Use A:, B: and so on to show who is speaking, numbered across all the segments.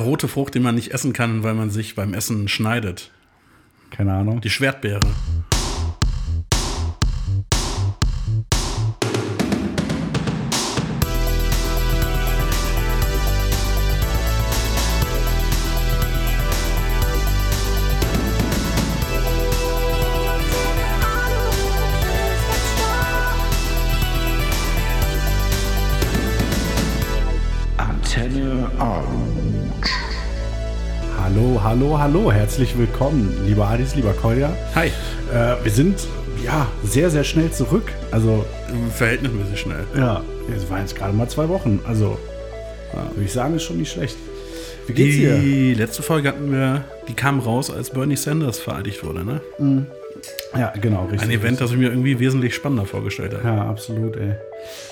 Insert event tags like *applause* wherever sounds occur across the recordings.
A: rote Frucht, die man nicht essen kann, weil man sich beim Essen schneidet?
B: Keine Ahnung.
A: Die Schwertbeere.
C: Antenne Arut.
B: Hallo, hallo, hallo. Herzlich willkommen, lieber Adis, lieber Kolja.
A: Hi.
B: Äh, wir sind ja sehr, sehr schnell zurück. Also,
A: Verhältnismäßig schnell.
B: ja, es waren jetzt gerade mal zwei Wochen. Also, ja, würde ich sagen, ist schon nicht schlecht. Wie geht's dir?
A: Die letzte Folge hatten wir, die kam raus, als Bernie Sanders vereidigt wurde, ne?
B: Ja, genau, richtig.
A: Ein Event, das ich mir irgendwie wesentlich spannender vorgestellt habe.
B: Ja, absolut, ey.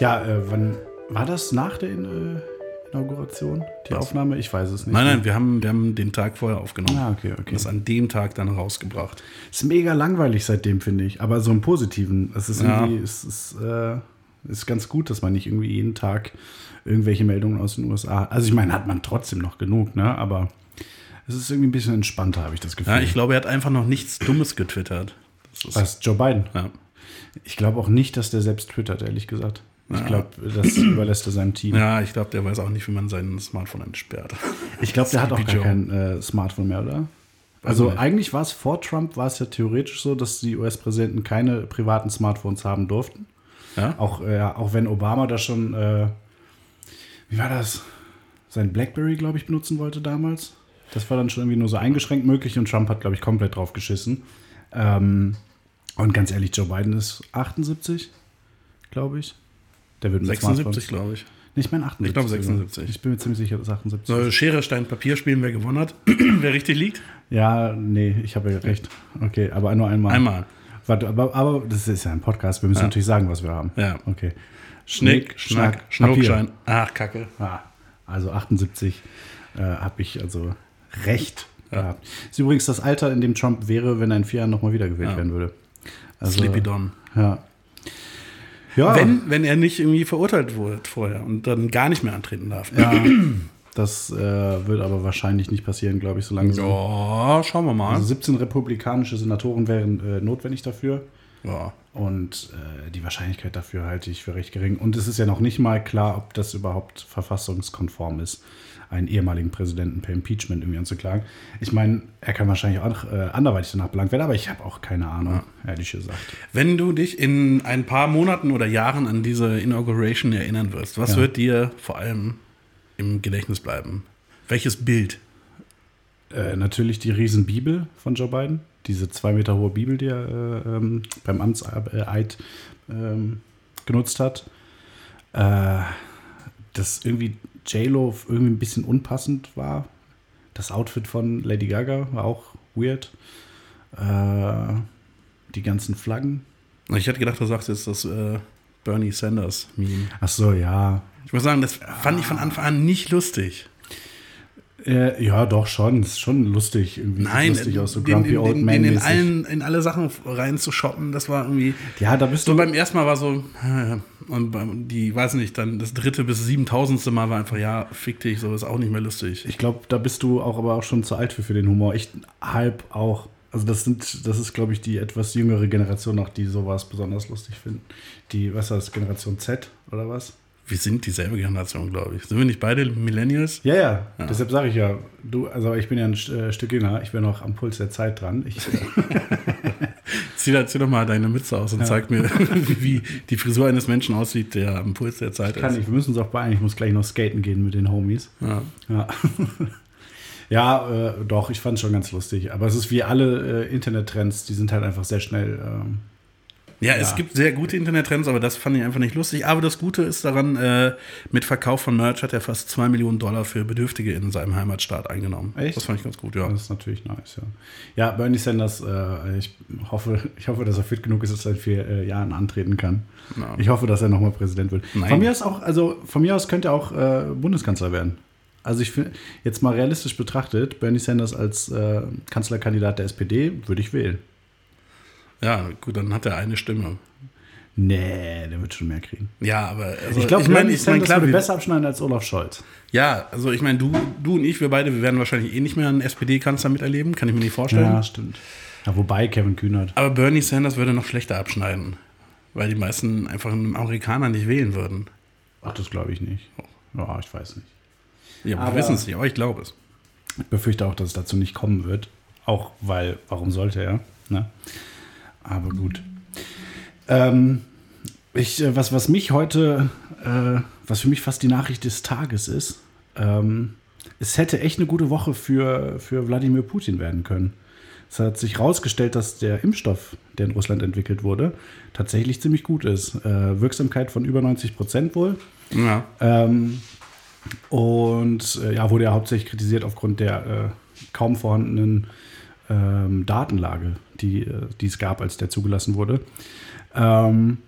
B: Ja, äh, wann war das nach der In äh, Inauguration? Die
A: Was?
B: Aufnahme? Ich weiß es nicht.
A: Nein, nein, wir haben, wir haben den Tag vorher aufgenommen.
B: Ah, okay, okay.
A: Das an dem Tag dann rausgebracht.
B: Ist mega langweilig seitdem, finde ich. Aber so im Positiven. Es ist
A: Ja.
B: irgendwie, es ist, äh, ist ganz gut, dass man nicht irgendwie jeden Tag irgendwelche Meldungen aus den USA. Also ich meine, hat man trotzdem noch genug, ne? Aber es ist irgendwie ein bisschen entspannter, habe ich das Gefühl.
A: Ja, ich glaube, er hat einfach noch nichts Dummes getwittert. Das ist,
B: Was? Joe Biden?
A: Ja.
B: Ich glaube auch nicht, dass der selbst twittert, ehrlich gesagt. Ich glaube,
A: *clears throat*
B: das überlässt er seinem Team.
A: ja, ich glaube, der weiß auch nicht, wie man sein Smartphone entsperrt. *laughs*
B: Ich glaube, der hat auch
A: Sleepy Joe.
B: gar kein äh, Smartphone mehr, oder? Also
A: nicht.
B: eigentlich war es vor Trump, war es ja theoretisch so, dass die US-Präsidenten keine privaten Smartphones haben durften.
A: Ja?
B: Auch, äh, auch wenn Obama da schon, äh, wie war das, sein Blackberry, glaube ich, benutzen wollte damals. Das war dann schon irgendwie nur so eingeschränkt möglich und Trump hat, glaube ich, komplett drauf geschissen. Ähm, und ganz ehrlich, Joe Biden ist 78, glaube ich. Der wird mit
A: 76,
B: Smartphone-
A: glaube ich.
B: Nee, ich meine 78.
A: Ich glaube 76.
B: Ich bin mir ziemlich sicher, dass 78.
A: So, Schere, Stein, Papier spielen, wer gewonnen hat. *clears throat* wer richtig liegt?
B: Ja, nee, ich habe ja recht. Okay, aber nur einmal.
A: Einmal.
B: Warte, aber, aber das ist ja ein Podcast. Wir müssen natürlich sagen, was wir haben.
A: Ja.
B: Okay.
A: Schnick, Schnack, Schnuckschein. Ach, Kacke.
B: Papier. Ah, also 78 äh, habe ich also recht gehabt. Ist übrigens das Alter, in dem Trump wäre, wenn er in vier Jahren nochmal wiedergewählt
A: Ja.
B: werden würde. Also,
A: Sleepy Don.
B: Ja. Ja,
A: Wenn, wenn er nicht irgendwie verurteilt wurde vorher und dann gar nicht mehr antreten darf.
B: ja das äh, wird aber wahrscheinlich nicht passieren, glaube ich, solange
A: *clears throat*
B: so.
A: Ja, schauen wir mal.
B: Also 17 republikanische Senatoren wären äh, notwendig dafür.
A: Ja.
B: Und äh, die Wahrscheinlichkeit dafür halte ich für recht gering. Und es ist ja noch nicht mal klar, ob das überhaupt verfassungskonform ist, einen ehemaligen Präsidenten per Impeachment irgendwie anzuklagen. Ich meine, er kann wahrscheinlich auch äh, anderweitig danach belangt werden, aber ich habe auch keine Ahnung, ehrlich gesagt.
A: Wenn du dich in ein paar Monaten oder Jahren an diese Inauguration erinnern wirst, was
B: Ja.
A: wird dir vor allem im Gedächtnis bleiben? Welches Bild?
B: Äh, natürlich die Riesenbibel von Joe Biden, diese zwei Meter hohe Bibel, die er äh, ähm, beim Amtseid ähm, genutzt hat. Äh, dass irgendwie J-Lo irgendwie ein bisschen unpassend war. Das Outfit von Lady Gaga war auch weird. Äh, die ganzen Flaggen.
A: Ich hätte gedacht, du sagst jetzt das äh, Bernie Sanders-Meme.
B: Ach so, ja.
A: Ich muss sagen, das fand
B: Ah.
A: ich von Anfang an nicht lustig.
B: Äh, ja, doch schon. Ist schon lustig. Irgendwie Sieht
A: Nein,
B: lustig aus so
A: den,
B: Grumpy
A: den,
B: Old
A: den,
B: Man.
A: den in,
B: mäßig.
A: allen, in alle Sachen reinzushoppen, das war irgendwie.
B: ja, da bist
A: So
B: du.
A: beim ersten Mal war so, äh, und beim, die, weiß nicht, dann das dritte bis siebentausendste Mal war einfach, ja, fick dich, so ist auch nicht mehr lustig.
B: Ich glaube, da bist du auch aber auch schon zu alt für, für den Humor. Ich halb auch. Also das sind, das ist, glaube ich, die etwas jüngere Generation noch, die sowas besonders lustig finden. Die, was heißt, Generation Z oder was?
A: Wir sind dieselbe Generation, glaube ich. Sind wir nicht beide Millennials?
B: Ja, ja. Deshalb sage ich ja, du, also ich bin ja ein äh, Stück jünger, ich bin noch am Puls der Zeit dran. Ich,
A: Zieh, da- zieh doch mal deine Mütze aus und zeig mir, *laughs* wie die Frisur eines Menschen aussieht, der am Puls der Zeit
B: kann
A: ist.
B: nicht, wir müssen uns auch beeilen, ich muss gleich noch skaten gehen mit den Homies.
A: Ja.
B: Ja, *laughs* ja äh, doch, ich fand es schon ganz lustig. Aber es ist wie alle äh, Internettrends, die sind halt einfach sehr schnell. Ähm,
A: Ja, es gibt sehr gute Internettrends, aber das fand ich einfach nicht lustig. Aber das Gute ist daran, äh, mit Verkauf von Merch hat er fast 2 Millionen Dollar für Bedürftige in seinem Heimatstaat eingenommen.
B: Echt?
A: Das fand ich ganz gut, ja.
B: Das ist natürlich nice, ja. Ja, Bernie Sanders, äh, ich, hoffe, ich hoffe, dass er fit genug ist, dass er in vier äh, Jahren antreten kann.
A: Ja.
B: Ich hoffe, dass er nochmal Präsident wird.
A: Nein.
B: Von mir aus auch, also von mir aus könnte er auch äh, Bundeskanzler werden. Also ich finde, jetzt mal realistisch betrachtet, Bernie Sanders als äh, Kanzlerkandidat der SPD würde ich wählen.
A: Ja, gut, dann hat er eine Stimme.
B: Nee, der wird schon mehr kriegen.
A: Ja, aber also,
B: ich glaube, ich
A: meine,
B: meine,
A: ich mein,
B: klar,
A: klar,
B: würde
A: wir,
B: besser abschneiden als Olaf Scholz.
A: ja, also ich meine, du, du und ich, wir beide, wir werden wahrscheinlich eh nicht mehr einen SPD-Kanzler miterleben, kann ich mir nicht vorstellen.
B: stimmt. Ja, wobei Kevin Kühnert.
A: Aber Bernie Sanders würde noch schlechter abschneiden, weil die meisten einfach einen Amerikaner nicht wählen würden.
B: Ach, das glaube ich nicht.
A: Oh.
B: Ja, ich weiß nicht.
A: Ja, wir
B: Aber-
A: wissen es nicht, aber ich glaube es.
B: Ich befürchte auch, dass es dazu nicht kommen wird. Auch weil, warum sollte er? Ne? Aber gut. Ähm, ich, äh, was, was mich heute, äh, was für mich fast die Nachricht des Tages ist, ähm, es hätte echt eine gute Woche für, für Wladimir Putin werden können. Es hat sich herausgestellt, dass der Impfstoff, der in Russland entwickelt wurde, tatsächlich ziemlich gut ist. Äh, Wirksamkeit von über 90 Prozent wohl.
A: Ja.
B: Ähm, und äh, ja, wurde ja hauptsächlich kritisiert aufgrund der äh, kaum vorhandenen ähm, Datenlage, die, äh, die es gab, als der zugelassen wurde. Ähm,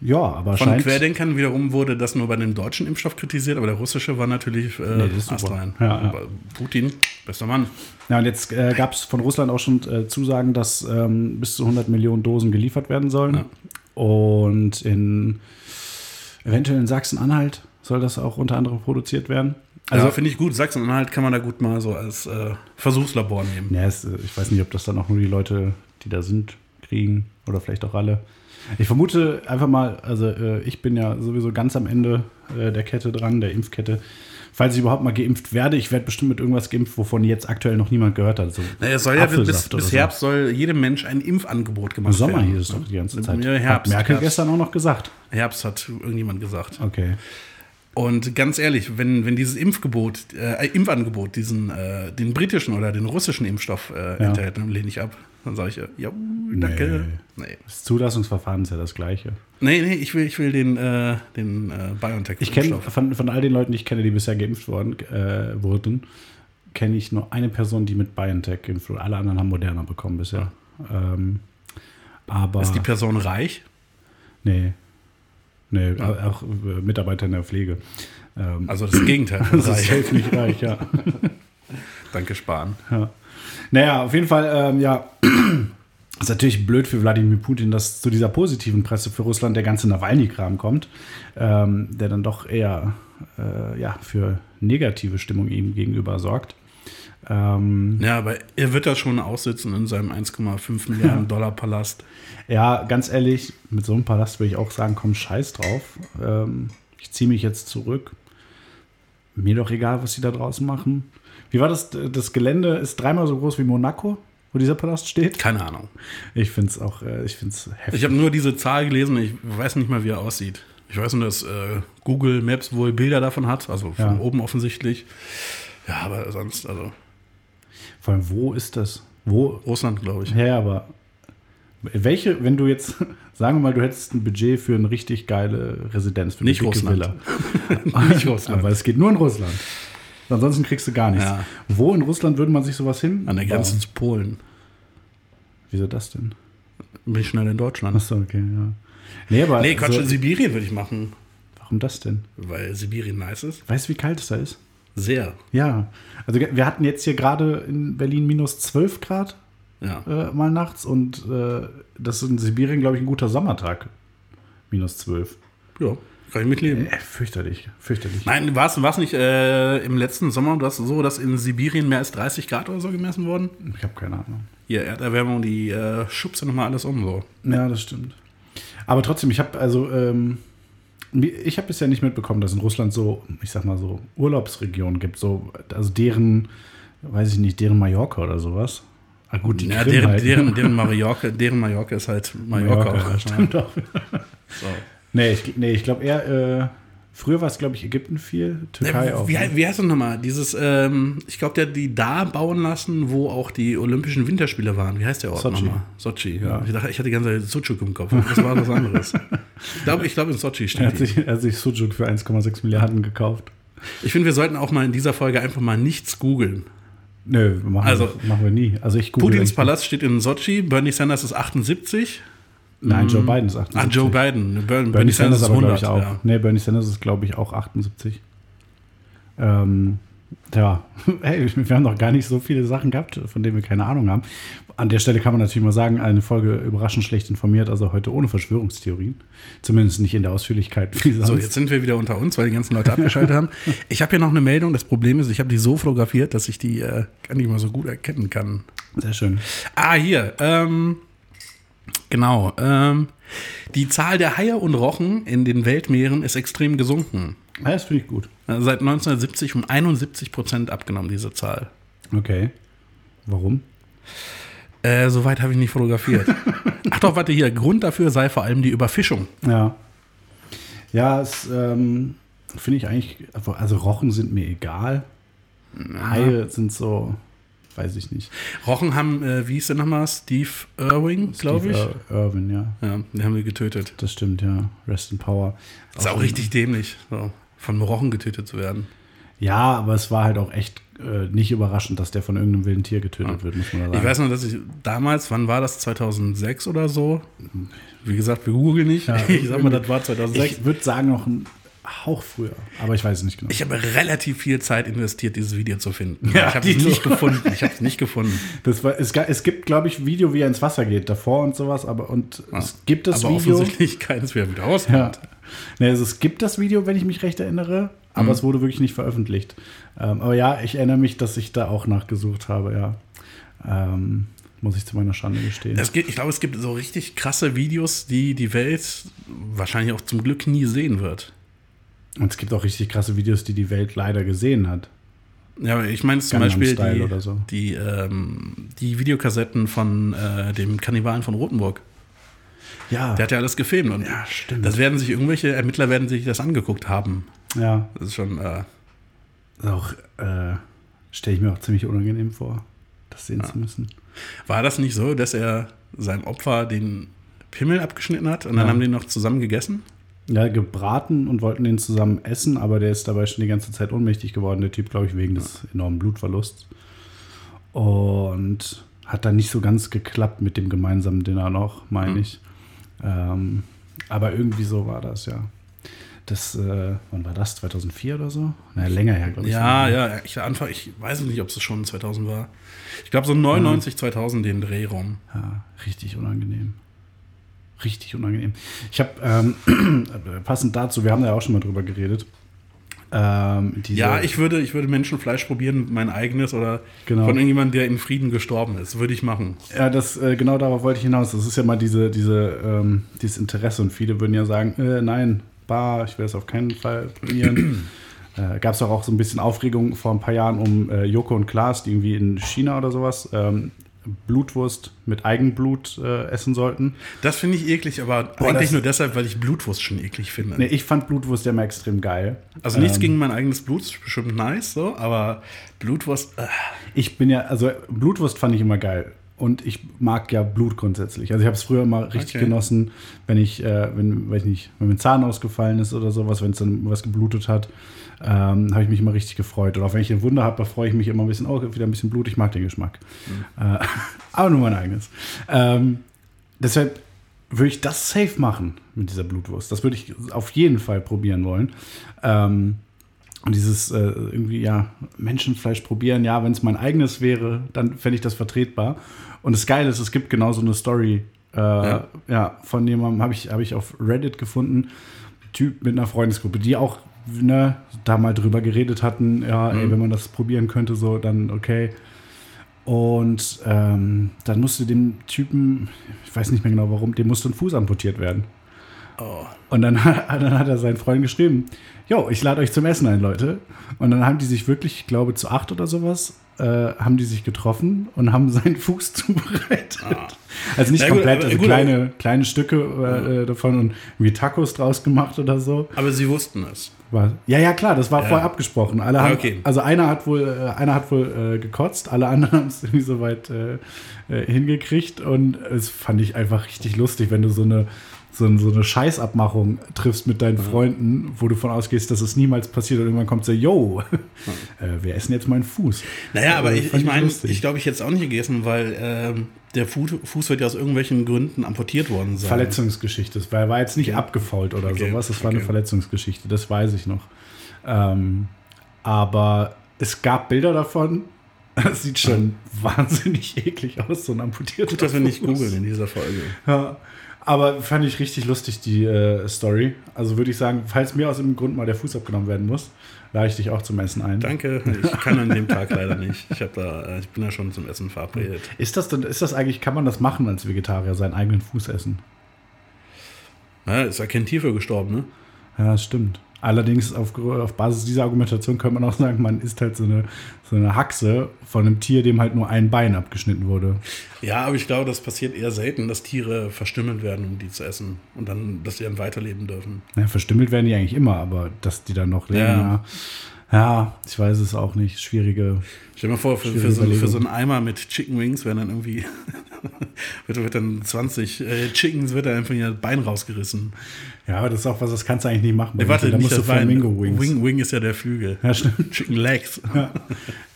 B: ja, aber
A: Von
B: scheint.
A: Querdenkern wiederum wurde das nur bei dem deutschen Impfstoff kritisiert, aber der russische war natürlich äh,
B: Nee, das ist super.
A: astrein.
B: Ja, ja.
A: Aber Putin, bester Mann.
B: Ja, und jetzt äh, gab es von Russland auch schon äh, Zusagen, dass ähm, bis zu 100 Millionen Dosen geliefert werden sollen. Und in eventuell in Sachsen-Anhalt soll das auch unter anderem produziert werden.
A: Also finde ich gut, Sachsen-Anhalt kann man da gut mal so als äh, Versuchslabor nehmen.
B: Ja, es, äh, ich weiß nicht, ob das dann auch nur die Leute, die da sind, kriegen oder vielleicht auch alle. Ich vermute einfach mal, also äh, ich bin ja sowieso ganz am Ende äh, der Kette dran, der Impfkette. Falls ich überhaupt mal geimpft werde, ich werde bestimmt mit irgendwas geimpft, wovon jetzt aktuell noch niemand gehört hat. So
A: Naja, es soll ja bis,
B: Apfelsaft oder
A: bis
B: so.
A: Herbst soll jedem Mensch ein Impfangebot
B: Im
A: gemacht
B: Sommer
A: werden.
B: hieß es doch die ganze Zeit.
A: Ja, Herbst,
B: hat Merkel
A: Herbst.
B: gestern auch noch gesagt.
A: Herbst hat irgendjemand gesagt.
B: Okay.
A: Und ganz ehrlich, wenn, wenn dieses Impfgebot, äh, Impfangebot diesen, äh, den britischen oder den russischen Impfstoff äh,
B: Ja.
A: enthält, dann lehne ich ab. Dann sage ich, äh, ja, danke. Nee.
B: Das Zulassungsverfahren ist ja das gleiche.
A: nee, nee, ich will, ich will den, äh, den äh, BioNTech.
B: Ich kenne von, von all den Leuten, die ich kenne, die bisher geimpft worden, äh, wurden, kenne ich nur eine Person, die mit BioNTech geimpft wurde. Alle anderen haben Moderna bekommen bisher. Ähm, aber
A: Ist die Person reich?
B: nee, nee, au- auch äh, Mitarbeiter in der Pflege. Ähm,
A: Also das Gegenteil von
B: *laughs* das ist
A: reich.
B: safe nicht
A: *laughs*
B: reich, ja.
A: Danke, Spahn.
B: ja. Naja, auf jeden Fall, ähm, ja. *clears throat* Ist natürlich blöd für Wladimir Putin, dass zu dieser positiven Presse für Russland der ganze Nawalny-Kram kommt, ähm, der dann doch eher äh, ja, für negative Stimmung ihm gegenüber sorgt. Ähm,
A: Ja, aber er wird da schon aussitzen in seinem 1,5 Milliarden Dollar Palast.
B: ja, ganz ehrlich, mit so einem Palast würde ich auch sagen, komm, scheiß drauf. Ähm, ich ziehe mich jetzt zurück. Mir doch egal, was sie da draußen machen. Wie war das? Das Gelände ist dreimal so groß wie Monaco, wo dieser Palast steht.
A: Keine Ahnung.
B: Ich finde es auch, äh, ich finde es heftig.
A: Ich habe nur diese Zahl gelesen, ich weiß nicht mal, wie er aussieht. Ich weiß nur, dass äh, Google Maps wohl Bilder davon hat, also von
B: Ja.
A: oben offensichtlich. Ja, aber sonst, also
B: Vor allem, wo ist das? Wo?
A: Russland, glaube ich.
B: Ja, ja, aber welche, wenn du jetzt, *laughs* sagen wir mal, du hättest ein Budget für eine richtig geile Residenz, für eine
A: Nicht
B: dicke
A: Russland.
B: Villa.
A: *laughs* *laughs*
B: *laughs*
A: Nicht Russland.
B: Aber es geht nur in Russland. Ansonsten kriegst du gar nichts.
A: Ja.
B: Wo in Russland würde man sich sowas hin?
A: An der Grenze zu Polen.
B: Wieso das denn?
A: Bin ich schnell in Deutschland.
B: Achso, okay, ja. Nee, aber
A: Nee, Quatsch,
B: also,
A: in Sibirien würde ich machen,
B: warum das denn?
A: weil Sibirien nice ist.
B: Weißt du, wie kalt es da ist?
A: Sehr.
B: Ja. Also wir hatten jetzt hier gerade in Berlin minus 12 Grad
A: Ja.
B: äh, mal nachts und äh, das ist in Sibirien, glaube ich, ein guter Sommertag. Minus 12.
A: ja. Kann ich mitleben.
B: Äh, fürchterlich, fürchterlich.
A: Nein, war es nicht äh, im letzten Sommer das so, dass in Sibirien mehr als 30 Grad oder so gemessen wurden?
B: Ich habe keine Ahnung.
A: Hier, Erderwärmung, die äh, schubst ja nochmal alles um. So.
B: Ja, das stimmt. Aber trotzdem, ich habe also, ähm, mir- ich habe bisher nicht mitbekommen, dass in Russland so, ich sag mal so Urlaubsregionen gibt, so also deren, weiß ich nicht, deren Mallorca oder sowas. Ah gut, die
A: Ja,
B: Krim
A: deren,
B: halt.
A: deren, deren, Mallorca, deren Mallorca ist halt Mallorca.
B: Mallorca, stimmt auch. *laughs* Nee, ich, nee, ich glaube eher, äh, früher war es glaube ich Ägypten viel, Türkei
A: Ne,
B: auch.
A: wie,
B: ne?
A: wie heißt das nochmal? Dieses, ähm, ich glaube, der hat die da bauen lassen, wo auch die Olympischen Winterspiele waren. Wie heißt der Ort
B: Sochi.
A: nochmal? Sochi, ja.
B: Ja.
A: Ich dachte, ich hatte die ganze Zeit Sucuk im Kopf. aber Das war was
B: *laughs*
A: anderes. ich glaube, ich glaub, in Sochi
B: Er hat
A: steht die.
B: sich, er hat sich Sujuk für 1,6 Milliarden gekauft.
A: Ich finde, wir sollten auch mal in dieser Folge einfach mal nichts googeln.
B: Nö, machen,
A: Also-
B: wir, machen wir nie. Also ich google
A: Putins
B: echt-
A: Palast steht in Sochi, Bernie Sanders ist 78.
B: Nein, Joe Biden ist 78.
A: Ah, Joe Biden. Bern- Bernie,
B: Bernie Sanders,
A: ist
B: aber glaube ich auch.
A: ja.
B: Nee, Bernie Sanders ist glaube ich auch 78. Ähm, Ja, *laughs* hey, wir haben noch gar nicht so viele Sachen gehabt, von denen wir keine Ahnung haben. An der Stelle kann man natürlich mal sagen, eine Folge überraschend schlecht informiert, also heute ohne Verschwörungstheorien. Zumindest nicht in der Ausführlichkeit. Wie sonst.
A: So, Also, jetzt sind wir wieder unter uns, weil die ganzen Leute abgeschaltet
B: *laughs*
A: haben. Ich habe hier noch eine Meldung. Das Problem ist, ich habe die so fotografiert, dass ich die äh, gar nicht mal so gut erkennen kann.
B: Sehr schön.
A: Ah, hier. Ähm, genau. Ähm, die Zahl der Haie und Rochen in den Weltmeeren ist extrem gesunken.
B: Ja, das finde ich gut.
A: Also seit 1970 um 71 Prozent abgenommen, diese Zahl.
B: Okay. Warum?
A: Äh, Soweit habe ich nicht
B: *laughs*
A: fotografiert. Ach doch, warte hier. Grund dafür sei vor allem die Überfischung.
B: Ja. Ja, es ähm, finde ich eigentlich, also Rochen sind mir egal. Haie sind so, weiß ich nicht.
A: Rochen haben, äh, wie hieß der nochmal? Steve Irwing, glaube ich.
B: Steve Ir- Irwin, ja.
A: ja, den haben wir getötet.
B: Das stimmt, ja. Rest in Power.
A: Ist auch richtig dämlich, so, von einem Rochen getötet zu werden.
B: Ja, aber es war halt auch echt äh, nicht überraschend, dass der von irgendeinem wilden Tier getötet wird, muss man da sagen.
A: Ich weiß noch, dass ich damals, wann war das? 2006 oder so? Wie gesagt, wir googeln nicht. *laughs*
B: Ja,
A: ich sag mal,
B: irgendwie-
A: das war 2006.
B: Also ich würde sagen, noch ein Hauch früher, aber ich weiß es nicht genau.
A: Ich habe relativ viel Zeit investiert, dieses Video zu finden.
B: Ja,
A: ich habe es
B: die *laughs*
A: nicht
B: so.
A: gefunden. Ich habe es nicht gefunden.
B: Das war, es, ga- es gibt, glaube ich, Video, wie er ins Wasser geht, davor und sowas, aber und es gibt das
A: Aber
B: Video.
A: offensichtlich *laughs* keines mehr wieder
B: Ja.
A: rauskommt.
B: Nee, also es gibt das Video, wenn ich mich recht erinnere, aber
A: Mhm.
B: es wurde wirklich nicht veröffentlicht. Ähm, aber ja, ich erinnere mich, dass ich da auch nachgesucht habe, ja. Ähm, muss ich zu meiner Schande gestehen.
A: Es gibt, ich glaube, es gibt so richtig krasse Videos, die die Welt wahrscheinlich auch zum Glück nie sehen wird.
B: und es gibt auch richtig krasse Videos, die die Welt leider gesehen hat.
A: Ja, aber ich meine zum
B: Gangnam
A: Beispiel
B: Style
A: die,
B: oder so.
A: die, ähm, die Videokassetten von äh, dem Kannibalen von Rothenburg.
B: Ja,
A: Der hat ja alles gefilmt. Und
B: Ja, stimmt.
A: Das werden sich irgendwelche Ermittler werden sich das angeguckt haben.
B: ja.
A: Das ist schon. Äh,
B: Auch äh, stelle ich mir auch ziemlich unangenehm vor, das sehen zu müssen.
A: war das nicht so, dass er seinem Opfer den Pimmel abgeschnitten hat und dann
B: Ja.
A: haben die noch zusammen gegessen?
B: Ja, gebraten und wollten den zusammen essen, aber der ist dabei schon die ganze Zeit ohnmächtig geworden, der Typ, glaube ich, wegen des enormen Blutverlusts. Und hat dann nicht so ganz geklappt mit dem gemeinsamen Dinner noch,
A: Mhm.
B: meine ich. Ähm, aber irgendwie so war das, ja. Das, äh, wann war das? 2004 oder so? Na, länger her, glaube ich. ne?
A: Ja, ja, ich, Anfang, ich weiß nicht, ob es schon 2000 war. Ich glaube, so 99, 2000 den Dreh rum.
B: Ja, richtig unangenehm. Richtig unangenehm. Ich habe, ähm, *clears throat* passend dazu, wir haben da ja auch schon mal drüber geredet. Ähm, diese-
A: Ja, ich würde, ich würde Menschenfleisch probieren, mein eigenes oder
B: Genau.
A: von irgendjemandem, der in Frieden gestorben ist. Würde ich machen.
B: Ja, das, äh, genau darauf wollte ich hinaus. Das ist ja mal diese, diese, ähm, dieses Interesse und viele würden ja sagen, äh, nein, bar, ich will es auf keinen Fall
A: *clears throat*
B: probieren. äh, Gab es auch, auch so ein bisschen Aufregung vor ein paar Jahren um äh, Joko und Klaas, die irgendwie in China oder sowas ähm, Blutwurst mit Eigenblut äh, essen sollten.
A: Das finde ich eklig, aber
B: das-
A: eigentlich nur deshalb, weil ich Blutwurst schon eklig finde.
B: Nee, ich fand Blutwurst ja mal extrem geil. Ähm,
A: Also nichts gegen mein eigenes Blut, ist bestimmt nice, so, aber Blutwurst, äh,
B: Ich bin ja, also Blutwurst fand ich immer geil. Und ich mag ja Blut grundsätzlich. Also ich habe es früher mal richtig
A: Okay.
B: genossen, wenn ich, äh, wenn, weiß ich nicht, wenn mir ein Zahn ausgefallen ist oder sowas, wenn es dann was geblutet hat, ähm, habe ich mich immer richtig gefreut. Oder auch wenn ich eine Wunde habe, freue ich mich immer ein bisschen, oh, wieder ein bisschen Blut, ich mag den Geschmack. Äh, *laughs* aber nur mein eigenes. Ähm, deshalb würde ich das safe machen mit dieser Blutwurst. Das würde ich auf jeden Fall probieren wollen. Ähm, und dieses äh, irgendwie, ja, Menschenfleisch probieren, ja, wenn es mein eigenes wäre, dann fände ich das vertretbar. Und das Geile ist, es gibt genau so eine Story, äh, ja.
A: Ja.
B: von jemandem habe ich, hab ich auf Reddit gefunden, Typ mit einer Freundesgruppe, die auch ne, da mal drüber geredet hatten, ja, ey, wenn man das probieren könnte, so, dann okay. Und ähm, dann musste dem Typen, ich weiß nicht mehr genau warum, dem musste ein Fuß amputiert werden.
A: Oh.
B: Und dann, hat- dann hat er seinen Freunden geschrieben, jo, ich lade euch zum Essen ein, Leute. Und dann haben die sich wirklich, ich glaube, zu acht oder sowas, äh, haben die sich getroffen und haben seinen Fuß *laughs* zubereitet. Also nicht
A: Ah. Na gut,
B: komplett,
A: aber
B: also
A: gut,
B: kleine, kleine Stücke äh, äh, davon und irgendwie Tacos draus gemacht oder so.
A: aber sie wussten es.
B: War, ja, ja, klar, das war vorher abgesprochen. Alle haben,
A: okay.
B: Also einer hat wohl, äh, einer hat wohl äh, gekotzt, alle anderen *laughs* haben es irgendwie so weit äh, äh, hingekriegt und es fand ich einfach richtig lustig, wenn du so eine, so, ein- so eine Scheißabmachung triffst mit
A: Mhm.
B: deinen Freunden, wo du von ausgehst, dass es niemals passiert und irgendwann kommt so, yo, *laughs* äh, wir essen jetzt meinen Fuß.
A: Naja, aber
B: Äh,
A: ich
B: fand
A: ich meine,
B: lustig.
A: ich glaube, ich hätte es auch nicht gegessen, weil ähm, der Fuß, Fuß wird ja aus irgendwelchen Gründen amputiert worden sein.
B: Verletzungsgeschichte. Es war, war jetzt nicht abgefault oder
A: Okay,
B: sowas. Es war eine
A: okay.
B: Verletzungsgeschichte, das weiß ich noch. Ähm, aber Es gab Bilder davon. *laughs* Das
A: *laughs*
B: sieht schon wahnsinnig eklig aus, so ein amputierter
A: Gut, dass wir nicht
B: Fuß.
A: googeln in dieser Folge.
B: Ja, aber fand ich richtig lustig, die äh, Story. Also würde ich sagen, falls mir aus dem Grund mal der Fuß abgenommen werden muss, lade ich dich auch zum Essen ein.
A: Danke, ich kann an dem Tag leider nicht. Ich, hab da, äh, ich bin ja schon zum Essen verabredet.
B: *laughs* Ist das denn, ist das eigentlich, kann man das machen als Vegetarier, seinen eigenen Fuß essen?
A: Ja, ist ja kein Tier für gestorben, ne?
B: Ja, das stimmt. Allerdings auf, auf Basis dieser Argumentation könnte man auch sagen, man isst halt so eine, so eine Haxe von einem Tier, dem halt nur ein Bein abgeschnitten wurde.
A: Ja, aber ich glaube, das passiert eher selten, dass Tiere verstümmelt werden, um die zu essen. Und dann, dass sie dann weiterleben dürfen.
B: Ja, verstümmelt werden die eigentlich immer, aber dass die dann noch leben, ja.
A: Ja.
B: ja. ich weiß es auch nicht. Schwierige.
A: Stell dir mal vor, für, für, so, für so einen Eimer mit Chicken Wings werden dann irgendwie *laughs* wird, wird dann 20 äh, Chickens wird da einfach ihr Bein rausgerissen.
B: Ja, aber das ist auch was, das kannst du eigentlich nicht machen.
A: Ey, warte,
B: da
A: nicht
B: musst du
A: das Bein.
B: Flamingo Wings.
A: Wing, Wing ist ja der Flügel.
B: Ja, stimmt.
A: Chicken Legs.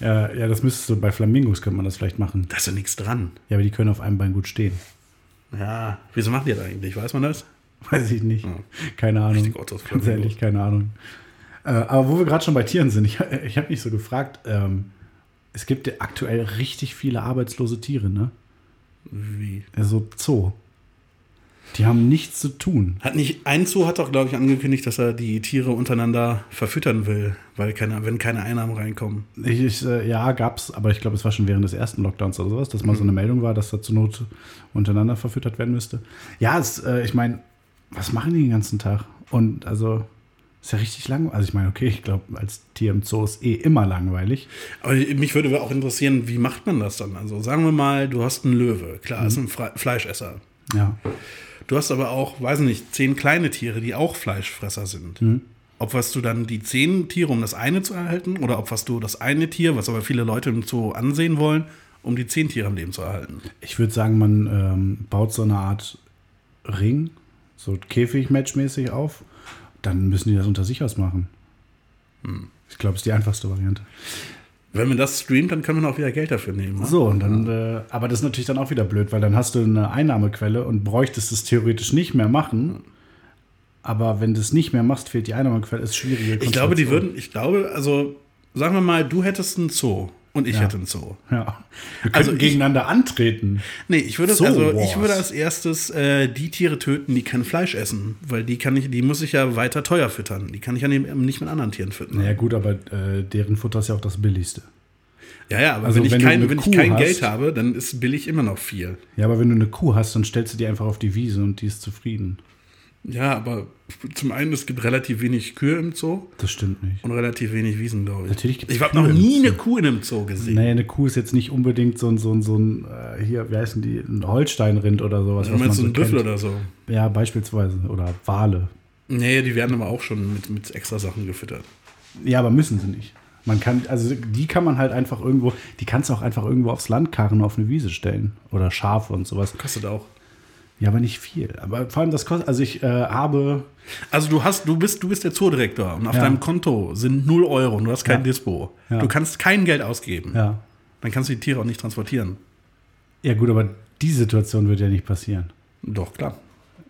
B: Ja, ja, das müsstest du bei Flamingos könnte man das vielleicht machen.
A: Da ist ja nichts dran.
B: Ja, aber die können auf einem Bein gut stehen. *laughs*
A: Ja. Wieso machen die das eigentlich? Weiß man das?
B: Weiß ich nicht. Keine Ahnung.
A: Hm. Richtig Autos,
B: Ganz Hm. ehrlich, keine Ahnung. Äh, aber wo wir gerade schon bei Tieren sind, *laughs* ich, ich habe mich so gefragt, ähm, es gibt ja aktuell richtig viele arbeitslose Tiere, ne?
A: Wie?
B: Also Zoo. Die haben nichts zu tun.
A: Hat nicht, ein Zoo hat doch, glaube ich, angekündigt, dass er die Tiere untereinander verfüttern will, weil keine, wenn keine Einnahmen reinkommen.
B: Ich, ich, äh, ja, gab's, aber ich glaube, es war schon während des ersten Lockdowns oder sowas, dass mal so eine Meldung war, dass da zur Not untereinander verfüttert werden müsste. Ja, es, äh, ich meine, was machen die den ganzen Tag? Und also, ist ja richtig langweilig. Also ich meine, okay, ich glaube, als Tier im Zoo ist eh immer langweilig.
A: Aber mich würde auch interessieren, wie macht man das dann? Also sagen wir mal, du hast einen Löwe, klar, ist
B: Mhm.
A: ein Fre Fleischesser.
B: Ja.
A: Du hast aber auch, weiß nicht, zehn kleine Tiere, die auch Fleischfresser sind.
B: Mhm.
A: Ob was du dann die zehn Tiere, um das eine zu erhalten, oder ob was du das eine Tier, was aber viele Leute im Zoo ansehen wollen, um die zehn Tiere am Leben zu erhalten.
B: Ich würde sagen, man ähm, baut so eine Art Ring, so Käfig-Match-mäßig auf. Dann müssen die das unter sich ausmachen.
A: Hm.
B: Ich glaube, es ist die einfachste Variante.
A: Wenn man das streamt, dann kann man auch wieder Geld dafür nehmen. ne?
B: So, und dann, äh, aber das ist natürlich dann auch wieder blöd, weil dann hast du eine Einnahmequelle und bräuchtest es theoretisch nicht mehr machen. Aber wenn du es nicht mehr machst, fehlt die Einnahmequelle, ist schwierige
A: Ich glaube, die
B: Konstellation.
A: würden, ich glaube, also sagen wir mal, du hättest einen Zoo und ich
B: Ja.
A: hätte einen Zoo.
B: Ja.
A: Also
B: Wir also
A: ich-
B: gegeneinander antreten.
A: Nee, ich würde,
B: Zoo
A: also,
B: Wars.
A: ich würde als erstes äh, die Tiere töten, die kein Fleisch essen, weil die kann ich, die muss ich ja weiter teuer füttern. Die kann ich ja ne- nicht mit anderen Tieren füttern.
B: Naja, gut, aber äh, deren Futter ist ja auch das Billigste.
A: Ja, ja, aber
B: Also,
A: wenn ich
B: wenn du eine
A: kein, wenn ich
B: Kuh
A: kein
B: hast-
A: Geld habe, dann ist billig immer noch viel.
B: Ja, aber wenn du eine Kuh hast, dann stellst du die einfach auf die Wiese und die ist zufrieden.
A: Ja, aber zum einen, es gibt relativ wenig Kühe im Zoo
B: Das stimmt nicht.
A: und relativ wenig Wiesen, glaube ich.
B: Natürlich gibt's
A: ich habe
B: Kühe
A: noch
B: im
A: nie
B: Zoo.
A: eine Kuh in einem Zoo gesehen.
B: Naja, eine Kuh ist jetzt nicht unbedingt so ein, so ein, so ein äh, hier, wie heißen die, ein Holsteinrind oder sowas.
A: Du meinst so ein Büffel
B: kennt.
A: oder so?
B: Ja, beispielsweise. Oder Wale.
A: Nee, die werden aber auch schon mit, mit extra Sachen gefüttert.
B: Ja, aber müssen sie nicht. Man kann, also die kann man halt einfach irgendwo, die kannst du auch einfach irgendwo aufs Land karren, auf eine Wiese stellen. Oder Schafe und sowas.
A: Kostet auch.
B: Ja, aber nicht viel. Aber vor allem das kostet, also ich äh, habe,
A: Also du hast, du bist, du bist der Zoodirektor und auf
B: Ja.
A: deinem Konto sind 0 Euro und du hast kein
B: Ja.
A: Dispo.
B: Ja.
A: Du kannst kein Geld ausgeben.
B: ja.
A: Dann kannst du die Tiere auch nicht transportieren.
B: Ja gut, aber die Situation wird ja nicht passieren.
A: Doch, klar.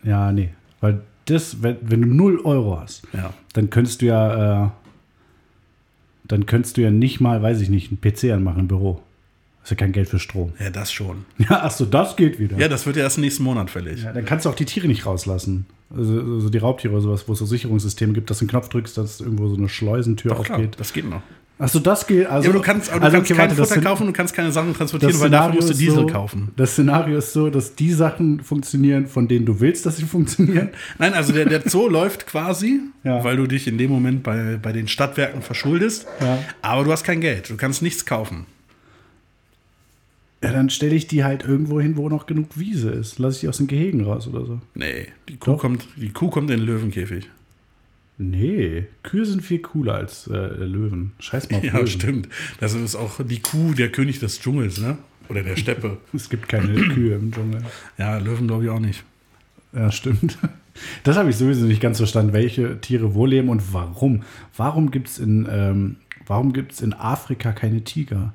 B: Ja, nee. Weil das, wenn, wenn du 0 Euro hast,
A: Ja.
B: dann könntest du ja, äh, dann könntest du ja nicht mal, weiß ich nicht, einen PC anmachen im Büro. Ist ja kein Geld für Strom. *laughs*
A: Ja, das schon.
B: Ja, ach so, das geht wieder.
A: Ja, das wird ja erst nächsten Monat fällig.
B: Ja, dann kannst du auch die Tiere nicht rauslassen. Also, also die Raubtiere oder sowas, wo es so Sicherungssysteme gibt, dass du einen Knopf drückst, dass irgendwo so eine Schleusentür
A: Doch, klar,
B: aufgeht.
A: das geht noch.
B: Achso, das geht. Also,
A: Ja, aber du kannst, aber du
B: also,
A: kannst
B: okay,
A: kein
B: warte, das
A: Futter
B: Szen-
A: kaufen, du kannst keine Sachen
B: das
A: transportieren, weil dafür musst du
B: ist
A: Diesel
B: so,
A: kaufen.
B: Das Szenario ist so, dass die Sachen funktionieren, von denen du willst, dass sie *laughs* funktionieren.
A: Nein, also der, der Zoo *laughs* läuft quasi,
B: Ja.
A: weil du dich in dem Moment bei, bei den Stadtwerken verschuldest,
B: Ja.
A: aber du hast kein Geld, du kannst nichts kaufen.
B: Ja, dann stelle ich die halt irgendwo hin, wo noch genug Wiese ist. Lass ich die aus den Gehegen raus oder so.
A: Nee, die Kuh,
B: Doch.
A: kommt, die Kuh kommt in den Löwenkäfig.
B: Nee, Kühe sind viel cooler als äh, Löwen. Scheiß mal
A: *laughs*
B: auf
A: Ja,
B: Löwen.
A: stimmt. Das ist auch die Kuh, der König des Dschungels, ne? Oder der
B: *laughs*
A: Steppe.
B: Es
A: *clears throat*
B: gibt keine Kühe im Dschungel.
A: ja, Löwen glaube ich auch nicht.
B: Ja, stimmt. Das habe ich sowieso nicht ganz verstanden, welche Tiere wo leben und warum. Warum gibt es in, ähm, warum gibt's in Afrika keine Tiger?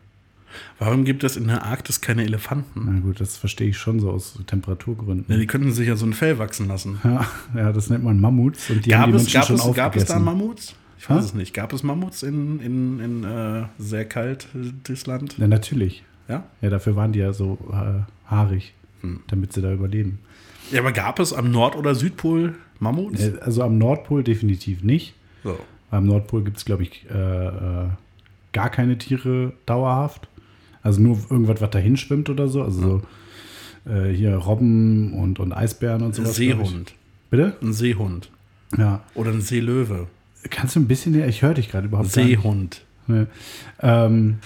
A: Warum gibt es in der Arktis keine Elefanten?
B: Na gut, das verstehe ich schon so aus
A: Ja,
B: Temperaturgründen.
A: die könnten sich ja so ein Fell wachsen lassen.
B: Ja, ja das nennt man Mammuts und die haben
A: Gab es,
B: die Menschen
A: gab,
B: schon
A: es, gab es da
B: aufgegessen. Hm?
A: Mammuts? Ich weiß es nicht. Gab es Mammuts in, in, in äh, sehr kaltes Land?
B: Ja, natürlich.
A: Ja?
B: Ja, dafür waren die ja so äh, haarig,
A: Hm.
B: damit sie da überleben.
A: Ja, aber gab es am Nord- oder Südpol Mammuts?
B: Äh, Also am Nordpol definitiv nicht.
A: So.
B: Am Nordpol gibt es, glaube ich, äh, äh, gar keine Tiere dauerhaft. Also nur irgendwas, was dahin schwimmt oder so. Also so, äh, hier Robben und, und Eisbären und
A: Ein
B: sowas. glaub ich.
A: Seehund.
B: Bitte?
A: Ein Seehund.
B: Ja.
A: Oder ein Seelöwe.
B: Kannst du ein bisschen näher? Ich höre dich gerade überhaupt gar nicht.
A: Seehund.
B: Nee. Ähm,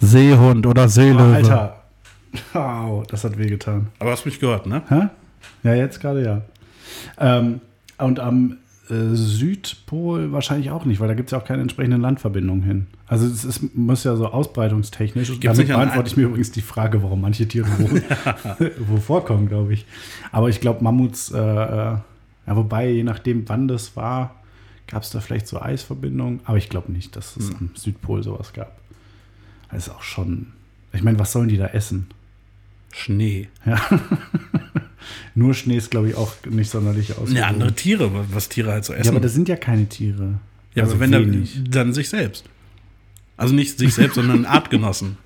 A: Seehund oder
B: oh,
A: Seelöwe. Alter.
B: Alter. *laughs* Au, das hat wehgetan.
A: Aber hast mich gehört, ne?
B: Hä? Ja, jetzt gerade ja. Ähm, und am äh, Südpol wahrscheinlich auch nicht, weil da gibt es ja auch keine entsprechenden Landverbindungen hin. Also es ist, muss ja so ausbreitungstechnisch.
A: Gibt's
B: Damit
A: nicht an
B: beantworte ich mir übrigens die Frage, warum manche Tiere
A: *laughs*
B: wo, wo vorkommen, glaube ich. Aber ich glaube, Mammuts, äh, äh, ja, wobei, je nachdem, wann das war, gab es da vielleicht so Eisverbindungen. Aber ich glaube nicht, dass
A: Hm.
B: es am Südpol sowas gab. Das ist auch schon. Ich meine, was sollen die da essen?
A: Schnee.
B: Nur Schnee ist, glaube ich, auch nicht sonderlich aus.
A: Ne, andere Tiere, wa- was Tiere halt so essen.
B: Ja, aber das sind ja keine Tiere.
A: Ja,
B: Also
A: aber wenn
B: wenig.
A: dann, dann sich selbst. Also nicht sich selbst,
B: *laughs*
A: sondern Artgenossen.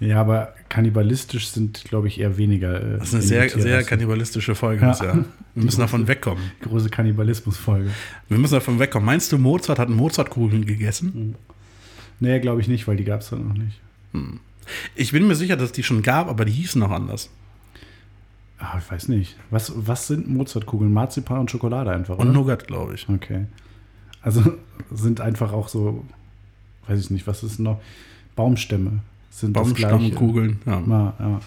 B: ja, aber kannibalistisch sind, glaube ich, eher weniger. äh,
A: Das ist eine
B: wenige
A: sehr,
B: Tiere.
A: sehr
B: Das ist
A: kannibalistische Folge
B: Ja.
A: bisher. Wir müssen davon wegkommen.
B: eine große Kannibalismus-Folge.
A: Wir müssen davon wegkommen. Meinst du, Mozart hat Mozartkugeln gegessen?
B: Nee, glaube ich nicht, weil die gab es dann noch nicht.
A: Ich bin mir sicher, dass die schon gab, aber die hießen noch anders.
B: Ah, ich weiß nicht. Was, was sind Mozartkugeln? Marzipan und Schokolade einfach,
A: Und
B: oder?
A: Nougat, glaube ich.
B: okay. Also sind einfach auch so, weiß ich nicht, was ist noch? Baumstämme sind das Gleiche.
A: Baumstammkugeln. Ja.
B: Ja, ja.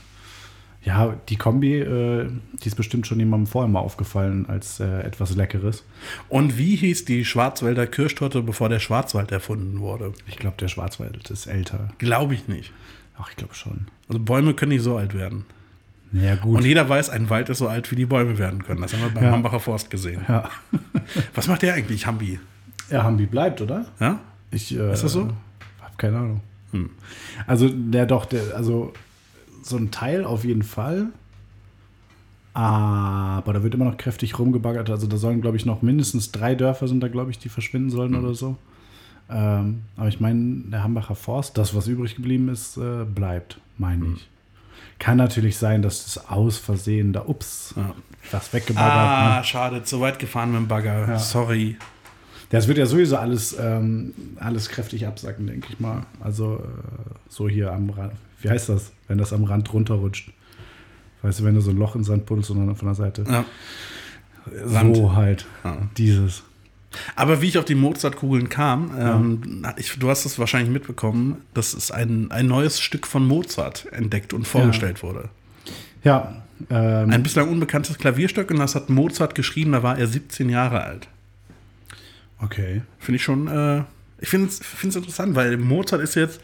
B: ja, die Kombi, äh, die ist bestimmt schon jemandem vorher mal aufgefallen als äh, etwas Leckeres.
A: Und wie hieß die Schwarzwälder Kirschtorte, bevor der Schwarzwald erfunden wurde?
B: Ich glaube, der Schwarzwald ist älter.
A: Glaube ich nicht.
B: Ach, ich glaube schon.
A: Also Bäume können nicht so alt werden.
B: Ja, gut.
A: Und jeder weiß, ein Wald ist so alt, wie die Bäume werden können. Das haben wir beim
B: Ja.
A: Hambacher Forst gesehen.
B: ja.
A: Was macht der eigentlich, Hambi?
B: ja, Hambi bleibt, oder?
A: Ja?
B: Ich, äh,
A: Ist das so?
B: Hab keine Ahnung. Also, der doch, der, also so ein Teil auf jeden Fall. Aber da wird immer noch kräftig rumgebaggert. Also da sollen, glaube ich, noch mindestens drei Dörfer sind da, glaube ich, die verschwinden sollen oder so. Ähm, aber ich meine, der Hambacher Forst, das, was übrig geblieben ist, äh, bleibt, meine ich. Kann natürlich sein, dass das aus Versehen da, ups,
A: Ja.
B: was weggebaggert. ne?
A: Ah, schade, zu weit gefahren mit dem Bagger.
B: Ja.
A: Sorry.
B: Das wird ja sowieso alles, ähm, alles kräftig absacken, denke ich mal. Also äh, so hier am Rand. Wie heißt das, wenn das am Rand runterrutscht? Weißt du, wenn du so ein Loch in den Sand buddelst und dann von der Seite.
A: Ja.
B: So halt.
A: Ja.
B: Dieses.
A: Aber wie ich auf die Mozartkugeln kam, ähm, ich, du hast es wahrscheinlich mitbekommen, dass es ein, ein neues Stück von Mozart entdeckt und vorgestellt wurde.
B: Ja. Ähm,
A: Ein bislang unbekanntes Klavierstück und das hat Mozart geschrieben, da war er 17 Jahre alt.
B: okay.
A: Finde ich schon, äh, ich finde es interessant, weil Mozart ist jetzt,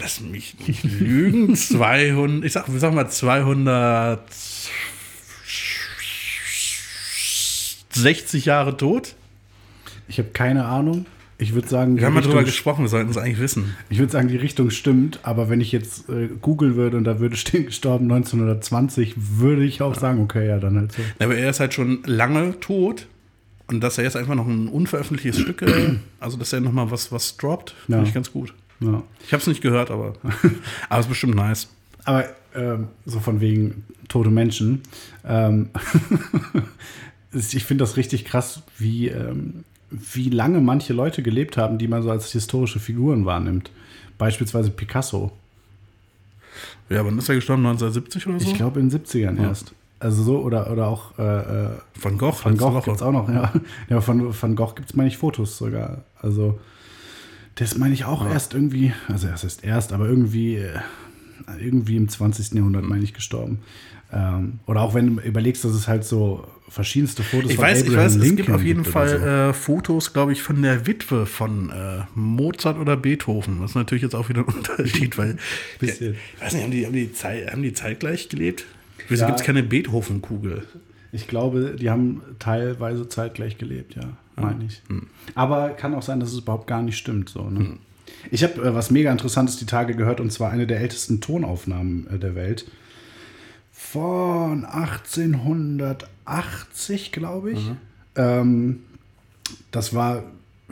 A: lass mich
B: *laughs*
A: nicht lügen, 200, ich sag, sag mal 260 Jahre tot.
B: Ich habe keine Ahnung. Ich würde sagen, die
A: Wir haben mal drüber
B: Richtung,
A: gesprochen, wir sollten es eigentlich wissen.
B: ich würde sagen, die Richtung stimmt, aber wenn ich jetzt äh, googeln würde und da würde stehen gestorben 1920, würde ich auch sagen, okay, ja, dann halt so.
A: Ja, Aber er ist halt schon lange tot. Und dass er jetzt einfach noch ein unveröffentlichtes Stück, äh, also dass er nochmal was, was droppt, finde
B: Ja.
A: ich ganz gut.
B: Ja.
A: Ich habe es nicht gehört,
B: *laughs*
A: aber aber es ist bestimmt nice.
B: Aber ähm, so von wegen tote Menschen. Ähm, *laughs* es- ich finde das richtig krass, wie, ähm, wie lange manche Leute gelebt haben, die man so als historische Figuren wahrnimmt. Beispielsweise Picasso.
A: Ja, wann ist er gestorben? 1970 oder so?
B: Ich glaube in den 70ern erst. Also so, oder, oder auch äh, äh,
A: Van Gogh.
B: Van
A: letzte
B: Gogh
A: Woche.
B: gibt es auch noch, ja. ja von Van Gogh gibt es, meine ich, Fotos sogar. Also, das meine ich auch erst irgendwie, also erst ist erst, aber irgendwie, äh, irgendwie im 20. Jahrhundert, meine ich, gestorben. Ähm, oder auch wenn du überlegst, dass es halt so verschiedenste Fotos
A: Ich weiß, ich
B: Abraham
A: weiß, es gibt
B: Lincoln
A: auf jeden
B: gibt oder
A: Fall
B: so.
A: äh, Fotos, glaube ich, von der Witwe von äh, Mozart oder Beethoven. Das ist natürlich jetzt auch wieder ein *laughs* Unterschied, weil
B: Bisschen.
A: ich weiß nicht, haben die, haben die, Zeit, haben die zeitgleich gelebt? Wieso
B: Ja.
A: gibt es keine Beethoven-Kugel?
B: Ich glaube, die haben teilweise zeitgleich gelebt, ja, meine ich. Aber kann auch sein, dass es überhaupt gar nicht stimmt. So, ne? Ich habe äh, was mega Interessantes die Tage gehört, und zwar eine der ältesten Tonaufnahmen äh, der Welt. Von 1880, glaube ich. Ähm, das war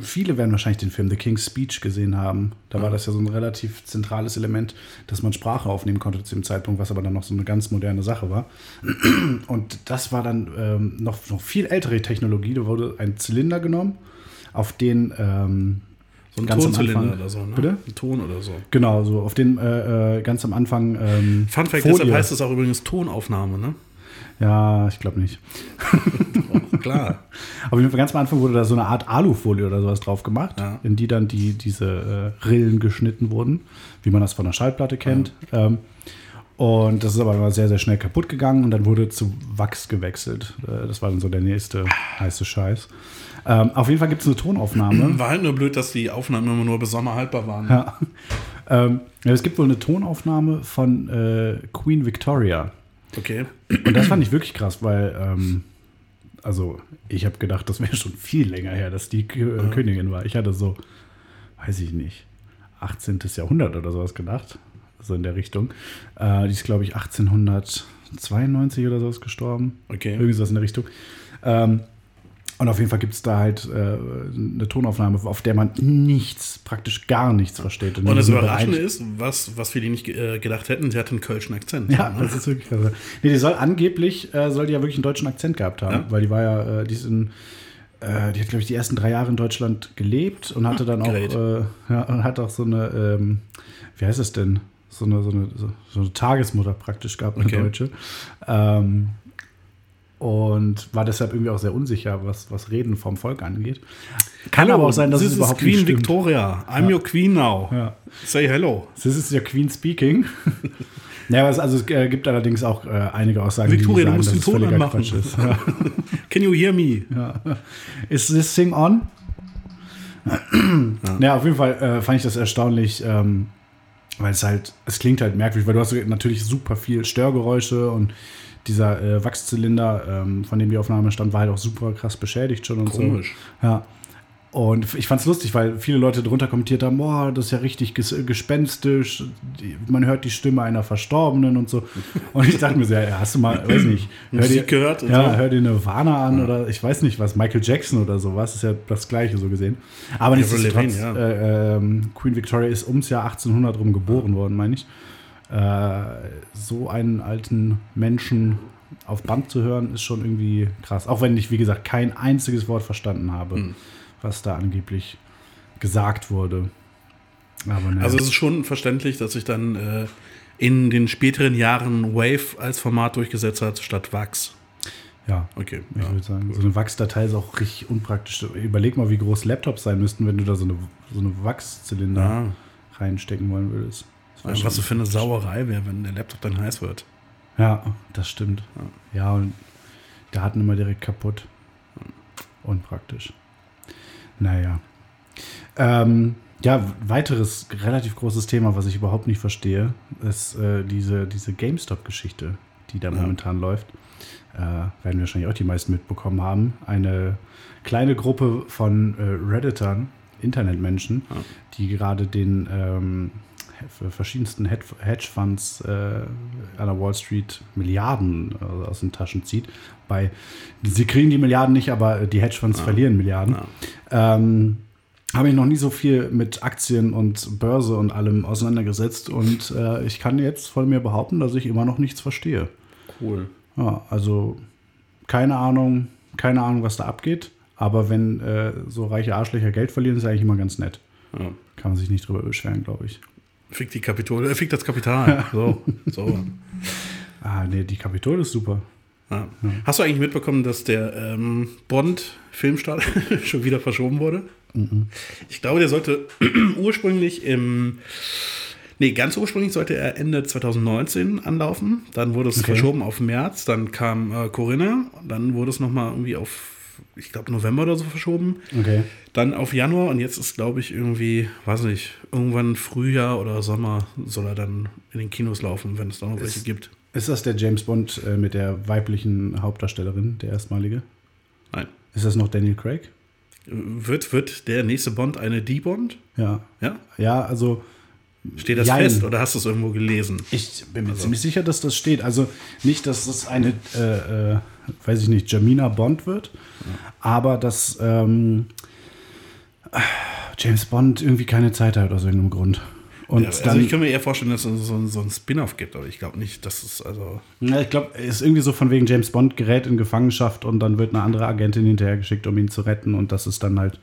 B: Viele werden wahrscheinlich den Film The King's Speech gesehen haben. Da war das ja so ein relativ zentrales Element, dass man Sprache aufnehmen konnte zu dem Zeitpunkt, was aber dann noch so eine ganz moderne Sache war. Und das war dann ähm, noch, noch viel ältere Technologie. Da wurde ein Zylinder genommen, auf den ähm,
A: So ein
B: ganz am
A: Tonzylinder
B: Anfang-
A: oder so, ne?
B: Bitte?
A: Ein Ton oder so.
B: Genau, so auf den äh, äh, ganz am Anfang. Ähm,
A: Fun Fact,
B: Folie.
A: deshalb heißt es auch übrigens Tonaufnahme, ne?
B: Ja, ich glaube nicht.
A: Klar.
B: *laughs* Auf jeden Fall ganz am Anfang wurde da so eine Art Alufolie oder sowas drauf gemacht,
A: Ja.
B: in die dann die, diese äh, Rillen geschnitten wurden, wie man das von der Schallplatte kennt. Ähm, und das ist aber immer sehr, sehr schnell kaputt gegangen und dann wurde zu Wachs gewechselt. Äh, das war dann so der nächste heiße Scheiß. Ähm, auf jeden Fall gibt es
A: *clears throat*
B: eine Tonaufnahme.
A: War halt nur blöd, dass die Aufnahmen immer nur bis Sommer haltbar waren.
B: Ja. Ähm, ja, es gibt wohl eine Tonaufnahme von äh, Queen Victoria.
A: Okay.
B: Und das fand ich wirklich krass, weil, ähm, also ich habe gedacht, das wäre schon viel länger her, dass die Kö- äh, Königin war. Ich hatte so, weiß ich nicht, 18. Jahrhundert oder sowas gedacht, so in der Richtung. Äh, die ist, glaube ich, 1892 oder sowas gestorben.
A: Okay.
B: Irgendwie sowas in der Richtung. Ähm, und auf jeden Fall gibt es da halt äh, eine Tonaufnahme, auf der man nichts, praktisch gar nichts versteht.
A: Und das
B: diesem
A: Überraschende
B: Bereich-
A: ist, was, was wir die nicht ge- äh, gedacht hätten, sie hat einen kölschen Akzent. Ne?
B: Ja, das ist wirklich krass. Nee, die soll angeblich, äh, soll die ja wirklich einen deutschen Akzent gehabt haben,
A: Ja.
B: weil die war ja, äh, die ist in, äh, die hat, glaube ich, die ersten drei Jahre in Deutschland gelebt und hatte dann auch,
A: Hm, Great.
B: äh, ja, und hat auch so eine, ähm, wie heißt es denn? So eine, so eine, so, so eine Tagesmutter praktisch gehabt, eine
A: Okay.
B: Deutsche. Ähm, und war deshalb irgendwie auch sehr unsicher, was, was Reden vom Volk angeht. Kann aber auch sein, dass
A: This
B: es
A: is
B: überhaupt
A: Queen
B: nicht stimmt.
A: Victoria. I'm your queen now.
B: Ja.
A: Say hello.
B: Das ist ja Queen speaking. *laughs* ja, aber es, also, es äh, gibt allerdings auch äh, einige Aussagen,
A: Victoria, du
B: die
A: musst
B: sagen,
A: den
B: dass
A: Ton
B: es völliger
A: anmachen. *laughs*
B: Quatsch ist. Ja.
A: Can you hear me?
B: Is this thing on? ja. auf jeden Fall äh, fand ich das erstaunlich, ähm, weil es halt, es klingt halt merkwürdig, weil du hast natürlich super viel Störgeräusche und dieser äh, Wachszylinder, ähm, von dem die Aufnahme stammt, war halt auch super krass beschädigt schon und so.
A: Komisch.
B: Ja. Und ich fand's lustig, weil viele Leute drunter kommentiert haben, boah, das ist ja richtig ges gespenstisch, die, man hört die Stimme einer Verstorbenen und so. Und ich dachte mir so, ja, hast du mal, weiß nicht, hör dir,
A: Musik gehört und
B: ja,
A: so.
B: hör dir Nirvana an oder ich weiß nicht was, Michael Jackson oder sowas, ist ja das Gleiche so gesehen. Aber nichtsdestotrotz,
A: Levine, ja.
B: äh, ähm, Queen Victoria ist ums Jahr 1800 rum geboren worden, meine ich. Äh, so einen alten Menschen auf Band zu hören, ist schon irgendwie krass. Auch wenn ich, wie gesagt, kein einziges Wort verstanden habe,
A: Hm.
B: was da angeblich gesagt wurde. Aber ne,
A: Also es ist schon verständlich, dass sich dann äh, in den späteren Jahren Wave als Format durchgesetzt hat, statt Wax.
B: ja.
A: Okay.
B: Ich
A: Ja.
B: würde sagen, so eine Wachsdatei ist auch richtig unpraktisch. Überleg mal, wie groß Laptops sein müssten, wenn du da so eine, so eine Wachszylinder
A: Ja.
B: reinstecken wollen würdest. Das wär
A: Was
B: schon-
A: so für eine Sauerei wäre, wenn der Laptop dann heiß wird.
B: Ja, das stimmt. Ja, und da hatten immer direkt kaputt. Unpraktisch. Naja. Ähm, ja, weiteres relativ großes Thema, was ich überhaupt nicht verstehe, ist äh, diese, diese GameStop-Geschichte, die da momentan läuft. Äh, werden wahrscheinlich auch die meisten mitbekommen haben. Eine kleine Gruppe von äh, Redditern, Internetmenschen, die gerade den ähm, he- verschiedensten Hed- Hedgefonds äh, an der Wall Street Milliarden äh, aus den Taschen zieht. Bei, sie kriegen die Milliarden nicht, aber äh, die Hedgefonds verlieren Milliarden. Ähm, habe ich noch nie so viel mit Aktien und Börse und allem auseinandergesetzt und äh, ich kann jetzt von mir behaupten, dass ich immer noch nichts verstehe.
A: Cool.
B: Ja, also keine Ahnung, keine Ahnung, was da abgeht. Aber wenn äh, so reiche Arschlöcher Geld verlieren, ist eigentlich immer ganz nett.
A: Ja.
B: Kann man sich nicht drüber beschweren, glaube ich.
A: Fick die Kapitol, äh, fick das Kapital. So, so.
B: Ah, nee, die Kapitol ist super.
A: Ja. Hast du eigentlich mitbekommen, dass der ähm, Bond-Filmstart *laughs* schon wieder verschoben wurde? Ich glaube, der sollte *clears throat* ursprünglich im. Nee, ganz ursprünglich sollte er Ende 2019 anlaufen. Dann wurde es
B: Okay.
A: verschoben auf März. Dann kam äh, Corinna. Dann wurde es nochmal irgendwie auf, ich glaube, November oder so verschoben.
B: Okay.
A: Dann auf Januar. Und jetzt ist, glaube ich, irgendwie, weiß nicht, irgendwann Frühjahr oder Sommer soll er dann in den Kinos laufen, wenn es da noch welche gibt.
B: Ist das der James Bond äh, mit der weiblichen Hauptdarstellerin, der erstmalige?
A: Nein.
B: Ist das noch Daniel Craig?
A: Wird, wird der nächste Bond eine D-Bond?
B: Ja.
A: Ja?
B: Ja, also
A: Steht das
B: Jein.
A: fest oder hast du es irgendwo gelesen?
B: Ich bin
A: Also-
B: mir ziemlich sicher, dass das steht. Also nicht, dass das eine, äh, äh, weiß ich nicht, Jamina Bond wird, aber dass ähm, James Bond irgendwie keine Zeit hat aus irgendeinem Grund. Und
A: also
B: dann,
A: ich kann mir eher vorstellen, dass es so, ein- so ein Spin-off gibt, aber ich glaube nicht, dass es also.
B: Na, ich glaube, ist irgendwie so von wegen James Bond gerät in Gefangenschaft und dann wird eine andere Agentin hinterhergeschickt, um ihn zu retten und das ist dann halt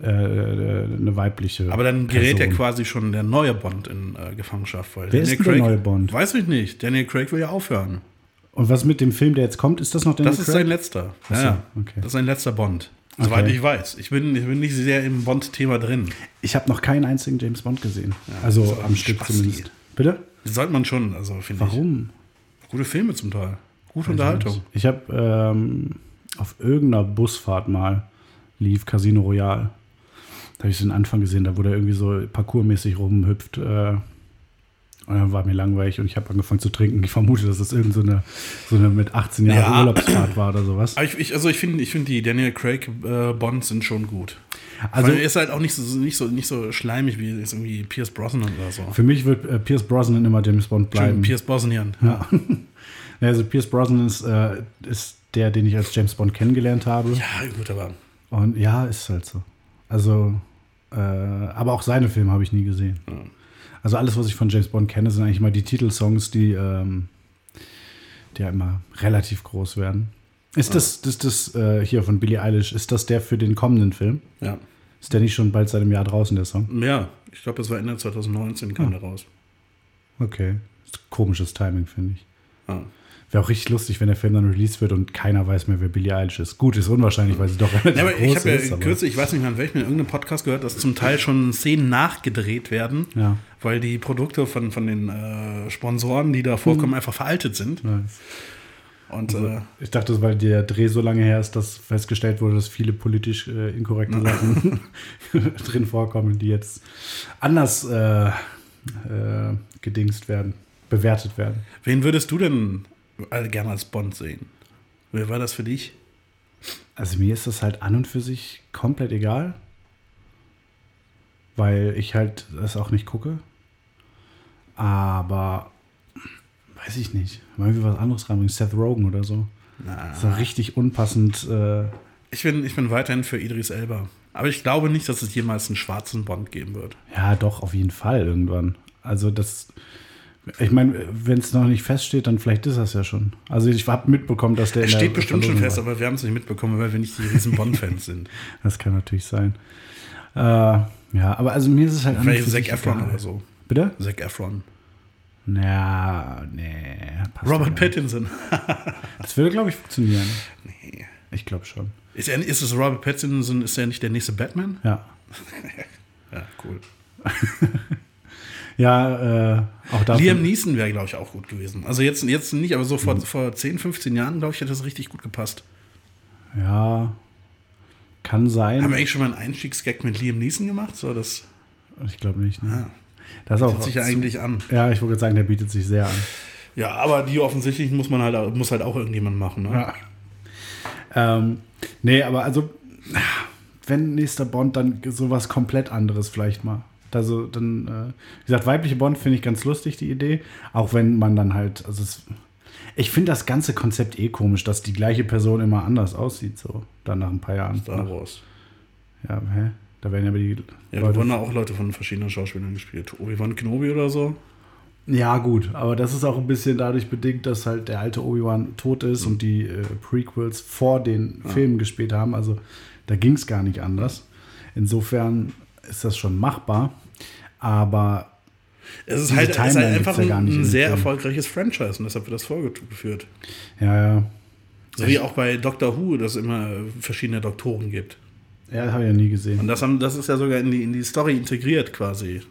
B: äh, eine weibliche.
A: Aber dann gerät ja
B: Person.
A: quasi schon der neue Bond in äh, Gefangenschaft. Weil
B: Wer ist denn der neue Bond?
A: Weiß ich nicht. Daniel Craig will ja aufhören.
B: Und was mit dem Film, der jetzt kommt, ist das noch der
A: Das ist sein letzter. Ja, ja.
B: Ah, okay.
A: Das ist sein letzter Bond. Soweit
B: Okay.
A: ich weiß. Ich bin, ich bin nicht sehr im Bond-Thema drin.
B: Ich habe noch keinen einzigen James Bond gesehen. also
A: ist
B: am
A: ein
B: Stück
A: Spasti.
B: zumindest. Bitte?
A: Sollte man schon, also finde ich.
B: Warum?
A: Gute Filme zum Teil. Gute Unterhaltung.
B: Ich habe ähm, auf irgendeiner Busfahrt mal lief Casino Royale. Da habe ich so den Anfang gesehen, da wurde er irgendwie so parkourmäßig rumhüpft. Äh, und dann war mir langweilig und ich habe angefangen zu trinken. Ich vermute, dass das irgend so eine, so eine mit 18 Jahren
A: Ja.
B: Urlaubsfahrt war oder sowas.
A: Aber ich, ich, also ich finde ich find die Daniel Craig äh, Bonds sind schon gut.
B: Also-
A: Also er ist halt auch nicht so, nicht so, nicht so schleimig wie jetzt irgendwie Pierce Brosnan oder so.
B: Für mich wird äh, Pierce Brosnan immer James Bond
A: Entschuldigung,
B: bleiben.
A: Pierce Brosnan.
B: Ja. Ja, also Pierce Brosnan ist, äh, ist der, den ich als James Bond kennengelernt habe.
A: Ja, gut, aber
B: Und ja, ist halt so. Also, äh, aber auch seine Filme habe ich nie gesehen.
A: Mhm.
B: Also alles, was ich von James Bond kenne, sind eigentlich immer die Titelsongs, die, ähm, die ja immer relativ groß werden. Ist das,
A: Mhm.
B: das, das äh, hier von Billie Eilish, ist das der für den kommenden Film?
A: ja.
B: Ist der nicht schon bald seit einem Jahr draußen, der Song?
A: Ja, ich glaube, das war Ende 2019, kam der raus.
B: Okay. Ist komisches Timing, finde ich.
A: Ja.
B: Wäre auch richtig lustig, wenn der Film dann released wird und keiner weiß mehr, wer Billie Eilish ist. Gut, ist unwahrscheinlich, weil sie doch relativ
A: Mhm. Ja, aber
B: groß
A: ich habe
B: ist.
A: ja
B: aber-
A: kürzlich, ich weiß nicht mehr an welchem, in irgendeinem Podcast gehört, dass zum Teil schon Szenen nachgedreht werden,
B: Ja.
A: weil die Produkte von, von den äh, Sponsoren, die da vorkommen, einfach veraltet sind.
B: Mhm. Nice. Also
A: Und äh,
B: Ich dachte, das, weil der Dreh so lange her ist, dass festgestellt wurde, dass viele politisch äh, *laughs* inkorrekte Sachen drin vorkommen, die jetzt anders äh, äh, gedingst werden, bewertet werden.
A: wen würdest du denn äh, gerne als Bond sehen? Wer war das für dich?
B: Also mir ist das halt an und für sich komplett egal, weil ich halt das auch nicht gucke. Aber weiß ich nicht. Mal irgendwie was anderes reinbringen. Seth Rogen oder so. Das ist doch richtig unpassend. Äh,
A: Ich bin, ich bin weiterhin für Idris Elba. Aber ich glaube nicht, dass es jemals einen schwarzen Bond geben wird.
B: Ja, doch, auf jeden Fall irgendwann. Also das, ich meine, wenn es noch nicht feststeht, dann vielleicht ist das ja schon. Also ich habe mitbekommen, dass der
A: Es
B: in der
A: steht bestimmt schon
B: Verlosung
A: fest, aber wir haben es nicht mitbekommen, weil wir nicht die riesen Bond-Fans
B: *laughs*
A: sind.
B: war. Das kann natürlich sein. Äh, ja, aber also mir ist es halt an und
A: Vielleicht
B: für
A: Zac
B: sich
A: Efron
B: egal.
A: oder so.
B: Bitte?
A: Zac Efron.
B: Ja, nee. passt
A: Robert
B: doch gar nicht.
A: Pattinson.
B: Das würde, glaube ich, funktionieren.
A: Nee.
B: Ich glaube schon.
A: Ist, er, ist es Robert Pattinson? Ist er nicht der nächste Batman?
B: Ja.
A: Ja, cool.
B: Ja, äh, auch da.
A: Liam Neeson wäre, glaube ich, auch gut gewesen. Also jetzt, jetzt nicht, aber so vor,
B: Mhm.
A: vor 10, 15 Jahren, glaube ich, hätte das richtig gut gepasst.
B: Ja. Kann
A: Haben
B: sein.
A: wir eigentlich schon mal einen Einstiegsgag mit Liam Neeson gemacht? So, das
B: Ich glaube nicht. Ne?
A: Ah.
B: Das ist auch.
A: hört sich ja eigentlich an.
B: Ja, ich wollte gerade sagen, der bietet sich sehr an.
A: Ja, aber die offensichtlich muss man halt, muss halt auch irgendjemand machen. Ne?
B: Ja. Ähm, nee, aber also, wenn nächster Bond, dann sowas komplett anderes vielleicht mal. Also, dann, äh, wie gesagt, weibliche Bond finde ich ganz lustig, die Idee. Auch wenn man dann halt, also, es, ich finde das ganze Konzept eh komisch, dass die gleiche Person immer anders aussieht, so, dann nach ein paar Jahren.
A: Star Wars.
B: Ja, hä? Da werden ja aber die
A: Ja, da
B: Leute.
A: wurden auch Leute von verschiedenen Schauspielern gespielt. Obi-Wan Kenobi oder so.
B: Ja, gut, aber das ist auch ein bisschen dadurch bedingt, dass halt der alte Obi-Wan tot ist und die äh, Prequels vor den Filmen gespielt haben. Also da ging es gar nicht anders. Insofern ist das schon machbar. Aber
A: Es ist
B: Diese
A: halt, es ist
B: Timeline
A: halt einfach
B: gibt's ja
A: ein,
B: gar nicht in
A: ein
B: den
A: sehr
B: Filmen.
A: erfolgreiches Franchise und deshalb wird das vorgeführt.
B: ja, ja,
A: So wie auch bei Doctor Who, dass es immer verschiedene Doktoren gibt.
B: ja das habe ich ja nie
A: Und
B: gesehen.
A: das, haben, das ist ja sogar in die, in die Story integriert quasi,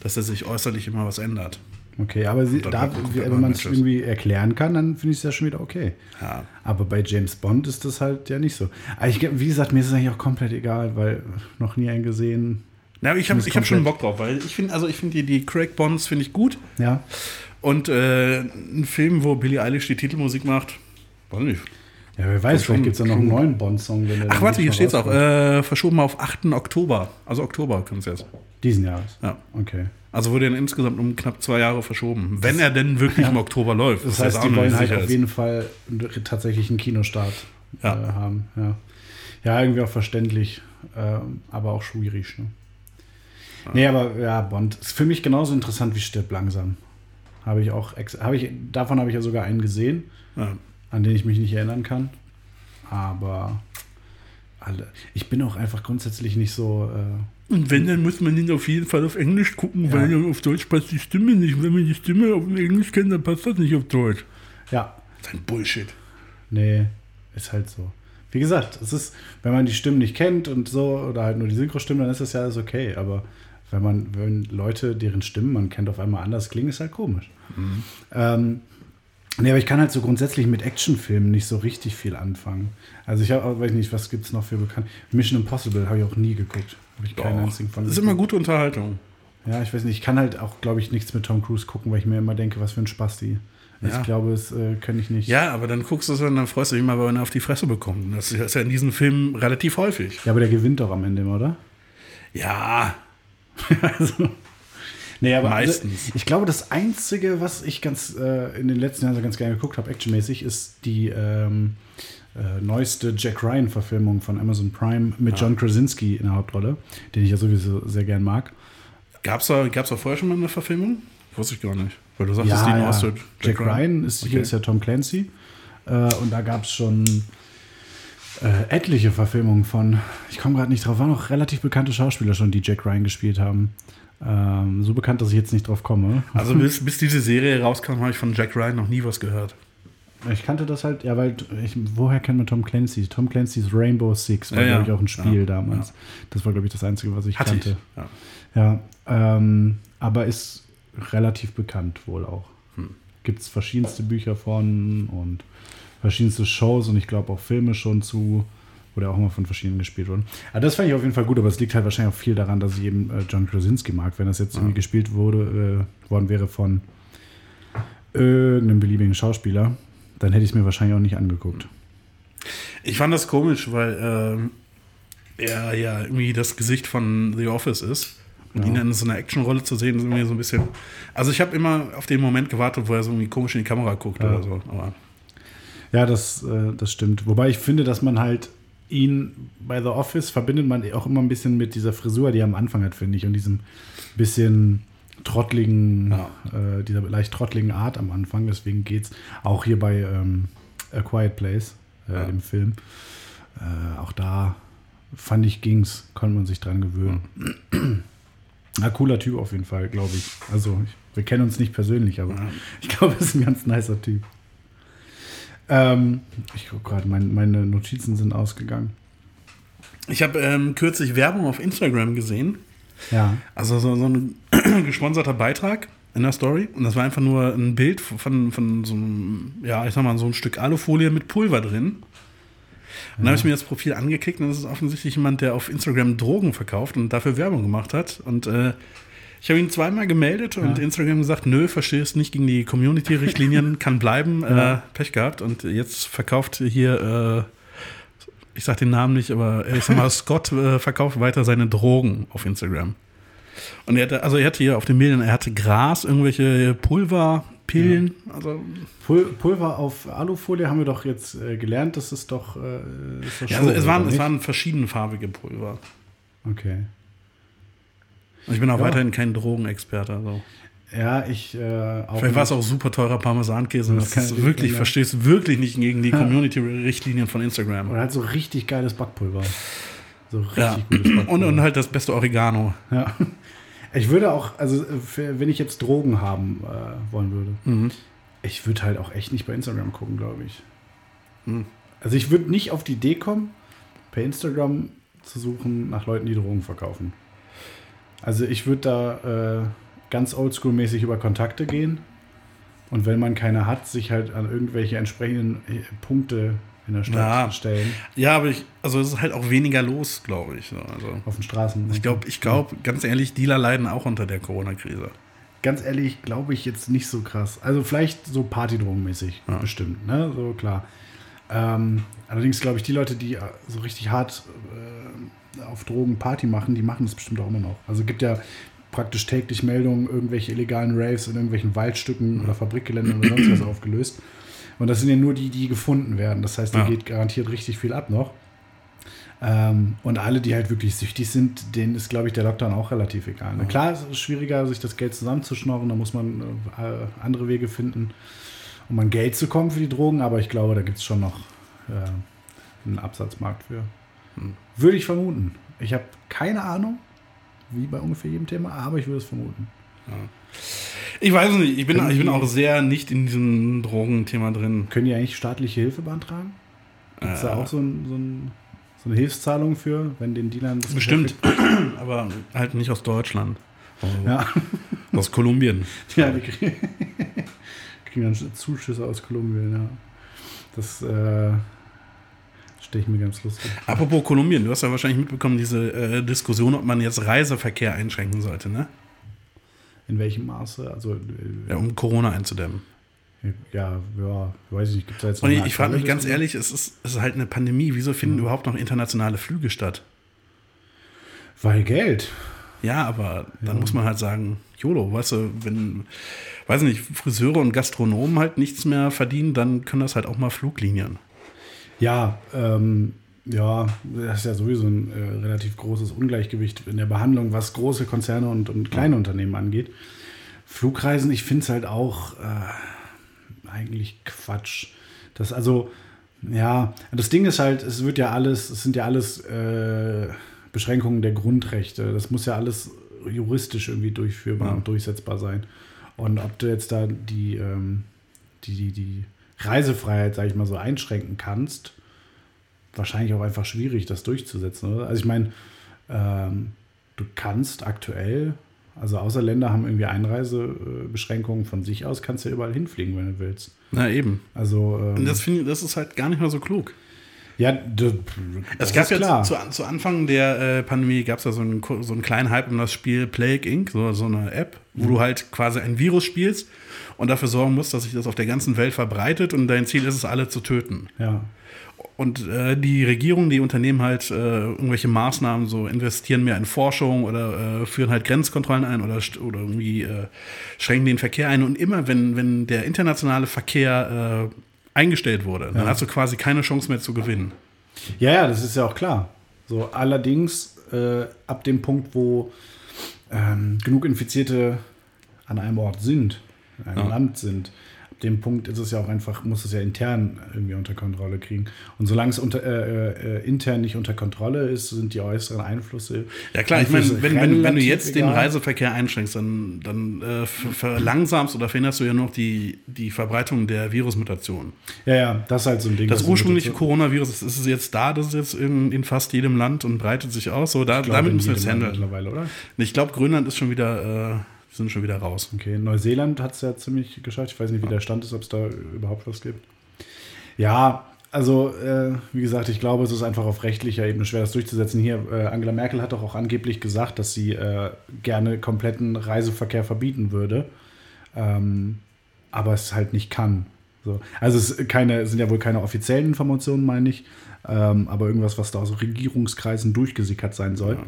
A: dass er sich äußerlich immer was ändert.
B: Okay, aber sie,
A: Und
B: da,
A: dann guckt man
B: wenn man es
A: Matches.
B: irgendwie erklären kann, dann finde ich es ja schon wieder okay.
A: Ja.
B: Aber bei James Bond ist das halt ja nicht so. Aber Ich, wie gesagt, mir ist es eigentlich auch komplett egal, weil noch nie einen gesehen.
A: Na, aber ich habe
B: Das ist
A: ich hab schon
B: komplett-
A: Bock drauf, weil ich finde, also ich finde die, die Craig Bonds finde ich gut.
B: Ja,
A: Und äh, ein Film, wo Billie Eilish die Titelmusik macht, weiß nicht.
B: Ja, wer weiß,
A: Schon-
B: vielleicht gibt es ja noch einen neuen Bond-Song. wenn der
A: Ach,
B: dann
A: warte, hier
B: nicht
A: steht's
B: mal
A: auch.
B: rauskommt.
A: Äh, verschoben auf 8. Oktober. Also Oktober kommt's jetzt.
B: Diesen Jahres.
A: äh, Ja.
B: Okay.
A: Also wurde er insgesamt um knapp zwei Jahre verschoben. Wenn er denn
B: *laughs*
A: wirklich im Oktober läuft.
B: Das
A: was jetzt
B: heißt,
A: auch
B: die
A: noch
B: wollen
A: nicht
B: halt
A: sicher
B: auf
A: ist.
B: jeden Fall einen- tatsächlich einen Kinostart
A: Ja.
B: äh, haben. Ja. ja, irgendwie auch verständlich. ähm, aber auch schwierig. Ne? Nee, aber ja, Bond ist für mich genauso interessant wie Stirb langsam. Habe ich auch, ex- habe ich, davon habe ich ja sogar einen gesehen,
A: Ja.
B: an den ich mich nicht erinnern kann. Aber alle, ich bin auch einfach grundsätzlich nicht so. Äh,
A: Und wenn, dann muss man ihn auf jeden Fall auf Englisch gucken,
B: Ja.
A: weil auf Deutsch passt die Stimme nicht. Und wenn man die Stimme auf Englisch kennt, dann passt das nicht auf Deutsch.
B: ja,
A: Das ist ein Bullshit.
B: Nee, ist halt so. Wie gesagt, es ist, wenn man die Stimmen nicht kennt und so, oder halt nur die Synchrostimmen, dann ist das ja alles okay. Aber wenn man, wenn Leute, deren Stimmen man kennt, auf einmal anders klingen, ist halt komisch.
A: Mhm.
B: Ähm, nee, aber ich kann halt so grundsätzlich mit Actionfilmen nicht so richtig viel anfangen. Also ich habe, weiß nicht, was gibt es noch für bekannt. Mission Impossible habe ich auch nie geguckt. Habe ich keinen einzigen von
A: Das ist
B: gesehen.
A: immer gute Unterhaltung.
B: Ja, ich weiß nicht, ich kann halt auch, glaube ich, nichts mit Tom Cruise gucken, weil ich mir immer denke, was für ein Spasti. Also
A: Ja.
B: Ich glaube, das äh, kann ich nicht.
A: Ja, aber dann guckst du es und dann freust du dich mal, wenn er auf die Fresse bekommt. Das ist ja in diesen Filmen relativ häufig.
B: ja, aber der gewinnt doch am Ende, immer, oder?
A: Ja,
B: Also, nee, aber
A: Meistens.
B: Also, ich glaube, das Einzige, was ich ganz äh, in den letzten Jahren so ganz gerne geguckt habe, actionmäßig, ist die ähm, äh, neueste Jack Ryan-Verfilmung von Amazon Prime mit
A: Ah.
B: John Krasinski in der Hauptrolle, den ich ja sowieso sehr gern mag.
A: gab's da, gab's da vorher schon mal eine Verfilmung? Wusste ich gar nicht. Weil du sagtest, die hast du
B: Jack, Ryan, ist, hier
A: Okay.
B: ist ja Tom Clancy. Äh, und da gab es schon äh, etliche Verfilmungen von, ich komme gerade nicht drauf, waren auch relativ bekannte Schauspieler schon, die Jack Ryan gespielt haben. Ähm, so bekannt, dass ich jetzt nicht drauf komme.
A: Also bis, bis diese Serie rauskam, habe ich von Jack Ryan noch nie was gehört.
B: Ich kannte das halt, ja, weil ich, woher kennt man Tom Clancy? Tom Clancy's Rainbow Six war,
A: Ja, ja.
B: glaube ich, auch ein Spiel
A: Ja,
B: damals. Das war, glaube ich, das Einzige, was ich
A: Hatte
B: kannte.
A: ich. Ja.
B: Ja, ähm, aber ist relativ bekannt wohl auch. Gibt es verschiedenste Bücher von und verschiedenste Shows und ich glaube auch Filme schon zu, wo der auch immer von verschiedenen gespielt wurde. Aber das fand ich auf jeden Fall gut, aber es liegt halt wahrscheinlich auch viel daran, dass ich eben äh, John Krasinski mag. Wenn das jetzt irgendwie gespielt wurde, äh, worden wäre von irgendeinem beliebigen Schauspieler, dann hätte ich es mir wahrscheinlich auch nicht angeguckt.
A: Ich fand das komisch, weil ähm, er ja irgendwie das Gesicht von The Office ist. Und ihn dann in so einer Actionrolle zu sehen, ist irgendwie so ein bisschen. Also ich habe immer auf den Moment gewartet, wo er so irgendwie komisch in die Kamera guckt oder so. Aber
B: Ja, das, äh, das stimmt. Wobei ich finde, dass man halt ihn bei The Office verbindet man auch immer ein bisschen mit dieser Frisur, die er am Anfang hat, finde ich, und diesem bisschen trottligen,
A: Ja.
B: äh, dieser leicht trottligen Art am Anfang. Deswegen geht's auch hier bei ähm, A Quiet Place, äh,
A: Ja.
B: dem Film. Äh, auch da fand ich, ging's, konnte man sich dran gewöhnen. Na, cooler Typ auf jeden Fall, glaube ich. Also, ich, wir kennen uns nicht persönlich, aber *laughs* ich glaube, er ist ein ganz nicer Typ. Ähm, ich gucke gerade, mein, meine Notizen sind ausgegangen.
A: ich habe ähm, kürzlich Werbung auf Instagram gesehen.
B: Ja.
A: Also so, so ein *clears throat* gesponserter Beitrag in der Story. Und das war einfach nur ein Bild von, von so einem, ja, ich sag mal, so ein Stück Alufolie mit Pulver drin. Und dann habe ich mir das Profil angeklickt und das ist offensichtlich jemand, der auf Instagram Drogen verkauft und dafür Werbung gemacht hat. Und äh, ich habe ihn zweimal gemeldet und Instagram gesagt, nö, verstehe es nicht gegen die Community-Richtlinien, kann bleiben, äh, Pech gehabt. Und jetzt verkauft hier, äh, ich sag den Namen nicht, aber ich sag mal, Scott äh, verkauft weiter seine Drogen auf Instagram. Und er hatte, also er hatte hier auf den Medien, er hatte Gras, irgendwelche Pulver, Pillen, also
B: Pul Pulver auf Alufolie haben wir doch jetzt äh, gelernt, das ist doch. Äh, ist doch
A: Ja, also
B: Show,
A: es waren,
B: oder
A: es
B: nicht?
A: waren verschiedenfarbige Pulver.
B: Okay.
A: Und ich bin auch
B: Ja.
A: weiterhin kein Drogenexperte. Also.
B: Ja, ich. Äh, auch
A: Vielleicht war es
B: nicht.
A: auch super teurer Parmesankäse. Und
B: Das
A: das
B: kann
A: ist
B: natürlich
A: wirklich,
B: sein, ja.
A: verstehst du wirklich nicht gegen die Community-Richtlinien von Instagram.
B: Oder halt so richtig geiles Backpulver. So richtig
A: Ja. *clears throat*
B: gutes Backpulver.
A: Und, und halt das beste Oregano.
B: Ja. Ich würde auch, also äh, für- wenn ich jetzt Drogen haben äh, wollen würde, ich würde halt auch echt nicht bei Instagram gucken, glaube ich.
A: Hm.
B: Also ich würde nicht auf die Idee kommen, per Instagram zu suchen nach Leuten, die Drogen verkaufen. Also ich würde da äh, ganz oldschool-mäßig über Kontakte gehen und wenn man keine hat, sich halt an irgendwelche entsprechenden äh, Punkte in der Stadt
A: Ja.
B: stellen,
A: Ja, aber ich, also es ist halt auch weniger los, glaube ich. so, Also.
B: auf den Straßen.
A: Ich glaube, ich glaube, ganz ehrlich, Dealer leiden auch unter der Corona-Krise.
B: ganz ehrlich, glaube ich jetzt nicht so krass. Also vielleicht so Partydrogenmäßig,
A: Ja.
B: bestimmt, ne? So klar. Ähm, allerdings glaube ich, die Leute, die äh, so richtig hart äh, auf Drogen Party machen, die machen das bestimmt auch immer noch. Also gibt ja praktisch täglich Meldungen, irgendwelche illegalen Raves in irgendwelchen Waldstücken oder Fabrikgeländen oder sonst was aufgelöst. Und das sind ja nur die, die gefunden werden. Das heißt, da
A: Ja.
B: geht garantiert richtig viel ab noch. Ähm, und alle, die halt wirklich süchtig sind, denen ist, glaube ich, der Lockdown auch relativ egal. Ne?
A: Ja.
B: Klar, es ist schwieriger, sich das Geld zusammenzuschnorren, da muss man äh, andere Wege finden, um an Geld zu kommen für die Drogen, aber ich glaube, da gibt es schon noch äh, einen Absatzmarkt für. Würde ich vermuten. Ich habe keine Ahnung, wie bei ungefähr jedem Thema, aber ich würde es vermuten.
A: Ich weiß nicht, ich bin, ich bin auch sehr nicht in diesem Drogenthema drin.
B: Können die eigentlich staatliche Hilfe beantragen? Gibt es da auch so, ein, so, ein, so eine Hilfszahlung für, wenn den Dealern das
A: Bestimmt, aber halt nicht aus Deutschland.
B: Ja, *laughs*
A: Aus Kolumbien.
B: ja die kriegen, *laughs* kriegen dann Zuschüsse aus Kolumbien, ja. Das äh, stelle ich mir ganz lustig.
A: Apropos Kolumbien, du hast ja wahrscheinlich mitbekommen, diese äh, Diskussion, ob man jetzt Reiseverkehr einschränken sollte, ne?
B: In welchem Maße? Also, äh,
A: Ja, um Corona einzudämmen.
B: ja, ja, weiß ich nicht. Gibt's da jetzt noch
A: Und ich,
B: eine
A: ich frage mich
B: aktuelle
A: ganz ehrlich, es ist, es ist halt eine Pandemie. Wieso finden überhaupt noch internationale Flüge statt?
B: Diskussion? Weil Geld.
A: Ja, aber dann muss man halt sagen, YOLO, weißt du, wenn, weiß nicht, Friseure und Gastronomen halt nichts mehr verdienen, dann können das halt auch mal Fluglinien.
B: Ja, ähm, ja, das ist ja sowieso ein äh, relativ großes Ungleichgewicht in der Behandlung, was große Konzerne und, und kleine Unternehmen angeht. Flugreisen, ich finde es halt auch äh, eigentlich Quatsch. Das also, ja, das Ding ist halt, es wird ja alles, es sind ja alles äh, Beschränkungen der Grundrechte. Das muss ja alles juristisch irgendwie durchführbar
A: Ja.
B: und durchsetzbar sein. Und ob du jetzt da die, ähm, die, die, die Reisefreiheit, sag ich mal, so einschränken kannst, wahrscheinlich auch einfach schwierig, das durchzusetzen, oder? Also ich meine, ähm, du kannst aktuell, also außer Länder haben irgendwie Einreisebeschränkungen von sich aus, kannst du ja überall hinfliegen, wenn du willst.
A: Na eben.
B: Also ähm,
A: Und das finde ich, das ist halt gar nicht mehr so klug.
B: ja, d- das
A: Es gab
B: ist
A: ja
B: klar.
A: Zu, zu Anfang der äh, Pandemie gab es ja so einen, ko- so einen kleinen Hype um das Spiel Plague Inc., so, so eine App, wo
B: Mhm.
A: du halt quasi ein Virus spielst und dafür sorgen musst, dass sich das auf der ganzen Welt verbreitet und dein Ziel ist es, alle zu töten.
B: ja.
A: Und äh, die Regierung, die Unternehmen halt äh, irgendwelche Maßnahmen, so investieren mehr in Forschung oder äh, führen halt Grenzkontrollen ein oder, st- oder irgendwie äh, schränken den Verkehr ein. Und immer, wenn, wenn der internationale Verkehr äh, eingestellt wurde, dann hast du quasi keine Chance mehr zu gewinnen.
B: ja, ja, das ist ja auch klar. So, allerdings äh, ab dem Punkt, wo ähm, genug Infizierte an einem Ort sind, in einem
A: Ja.
B: Land sind, ab dem Punkt ist es ja auch einfach, muss es ja intern irgendwie unter Kontrolle kriegen. Und solange es unter, äh, äh, intern nicht unter Kontrolle ist, sind die äußeren Einflüsse.
A: Ja klar, ich meine,
B: Einflüsse
A: wenn, wenn, wenn du
B: relativ
A: jetzt den
B: egal.
A: Reiseverkehr einschränkst, dann, dann äh, ver- verlangsamst oder verhinderst du ja noch die, die Verbreitung der Virusmutation.
B: Ja, ja, das ist halt so ein Ding.
A: Das
B: was ich
A: ursprüngliche
B: mit-
A: Coronavirus das ist jetzt da, das ist jetzt in, in fast jedem Land und breitet sich aus. So, da,
B: Ich glaube,
A: damit
B: in
A: müssen wir jetzt
B: jedem Land
A: handeln.
B: Mittlerweile, oder?
A: Ich glaube, Grönland ist schon wieder, äh, wir sind schon wieder raus.
B: Okay, Neuseeland hat es ja ziemlich geschafft. Ich weiß nicht, wie der Stand ist, ob es da überhaupt was gibt. Ja, also äh, wie gesagt, ich glaube, es ist einfach auf rechtlicher Ebene schwer, das durchzusetzen. Hier, äh, Angela Merkel hat doch auch angeblich gesagt, dass sie äh, gerne kompletten Reiseverkehr verbieten würde, ähm, aber es halt nicht kann. So. Also es ist keine, es sind ja wohl keine offiziellen Informationen, meine ich, ähm, aber irgendwas, was da aus Regierungskreisen durchgesickert sein soll.
A: Ja.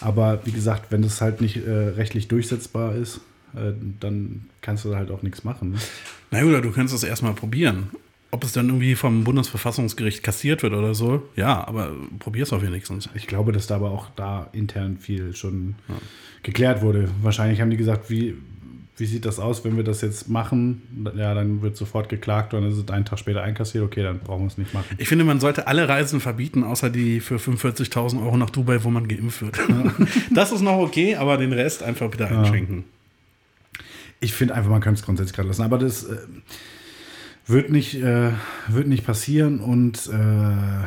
B: Aber wie gesagt, wenn das halt nicht äh, rechtlich durchsetzbar ist, äh, dann kannst du da halt auch nichts machen. Ne?
A: Na gut, du kannst das erstmal probieren. Ob es dann irgendwie vom Bundesverfassungsgericht kassiert wird oder so, ja, aber probier es auf wenigstens.
B: Ich glaube, dass da aber auch da intern viel schon geklärt wurde. Wahrscheinlich haben die gesagt, wie, wie sieht das aus, wenn wir das jetzt machen? Ja, dann wird sofort geklagt und dann ist es einen Tag später einkassiert. Okay, dann brauchen wir es nicht machen.
A: Ich finde, man sollte alle Reisen verbieten, außer die für 45.000 Euro nach Dubai, wo man geimpft wird. *laughs* Das ist noch okay, aber den Rest einfach bitte einschränken.
B: Ich finde einfach, man kann es grundsätzlich gerade lassen. Aber das äh, wird, nicht, äh, wird nicht passieren und äh,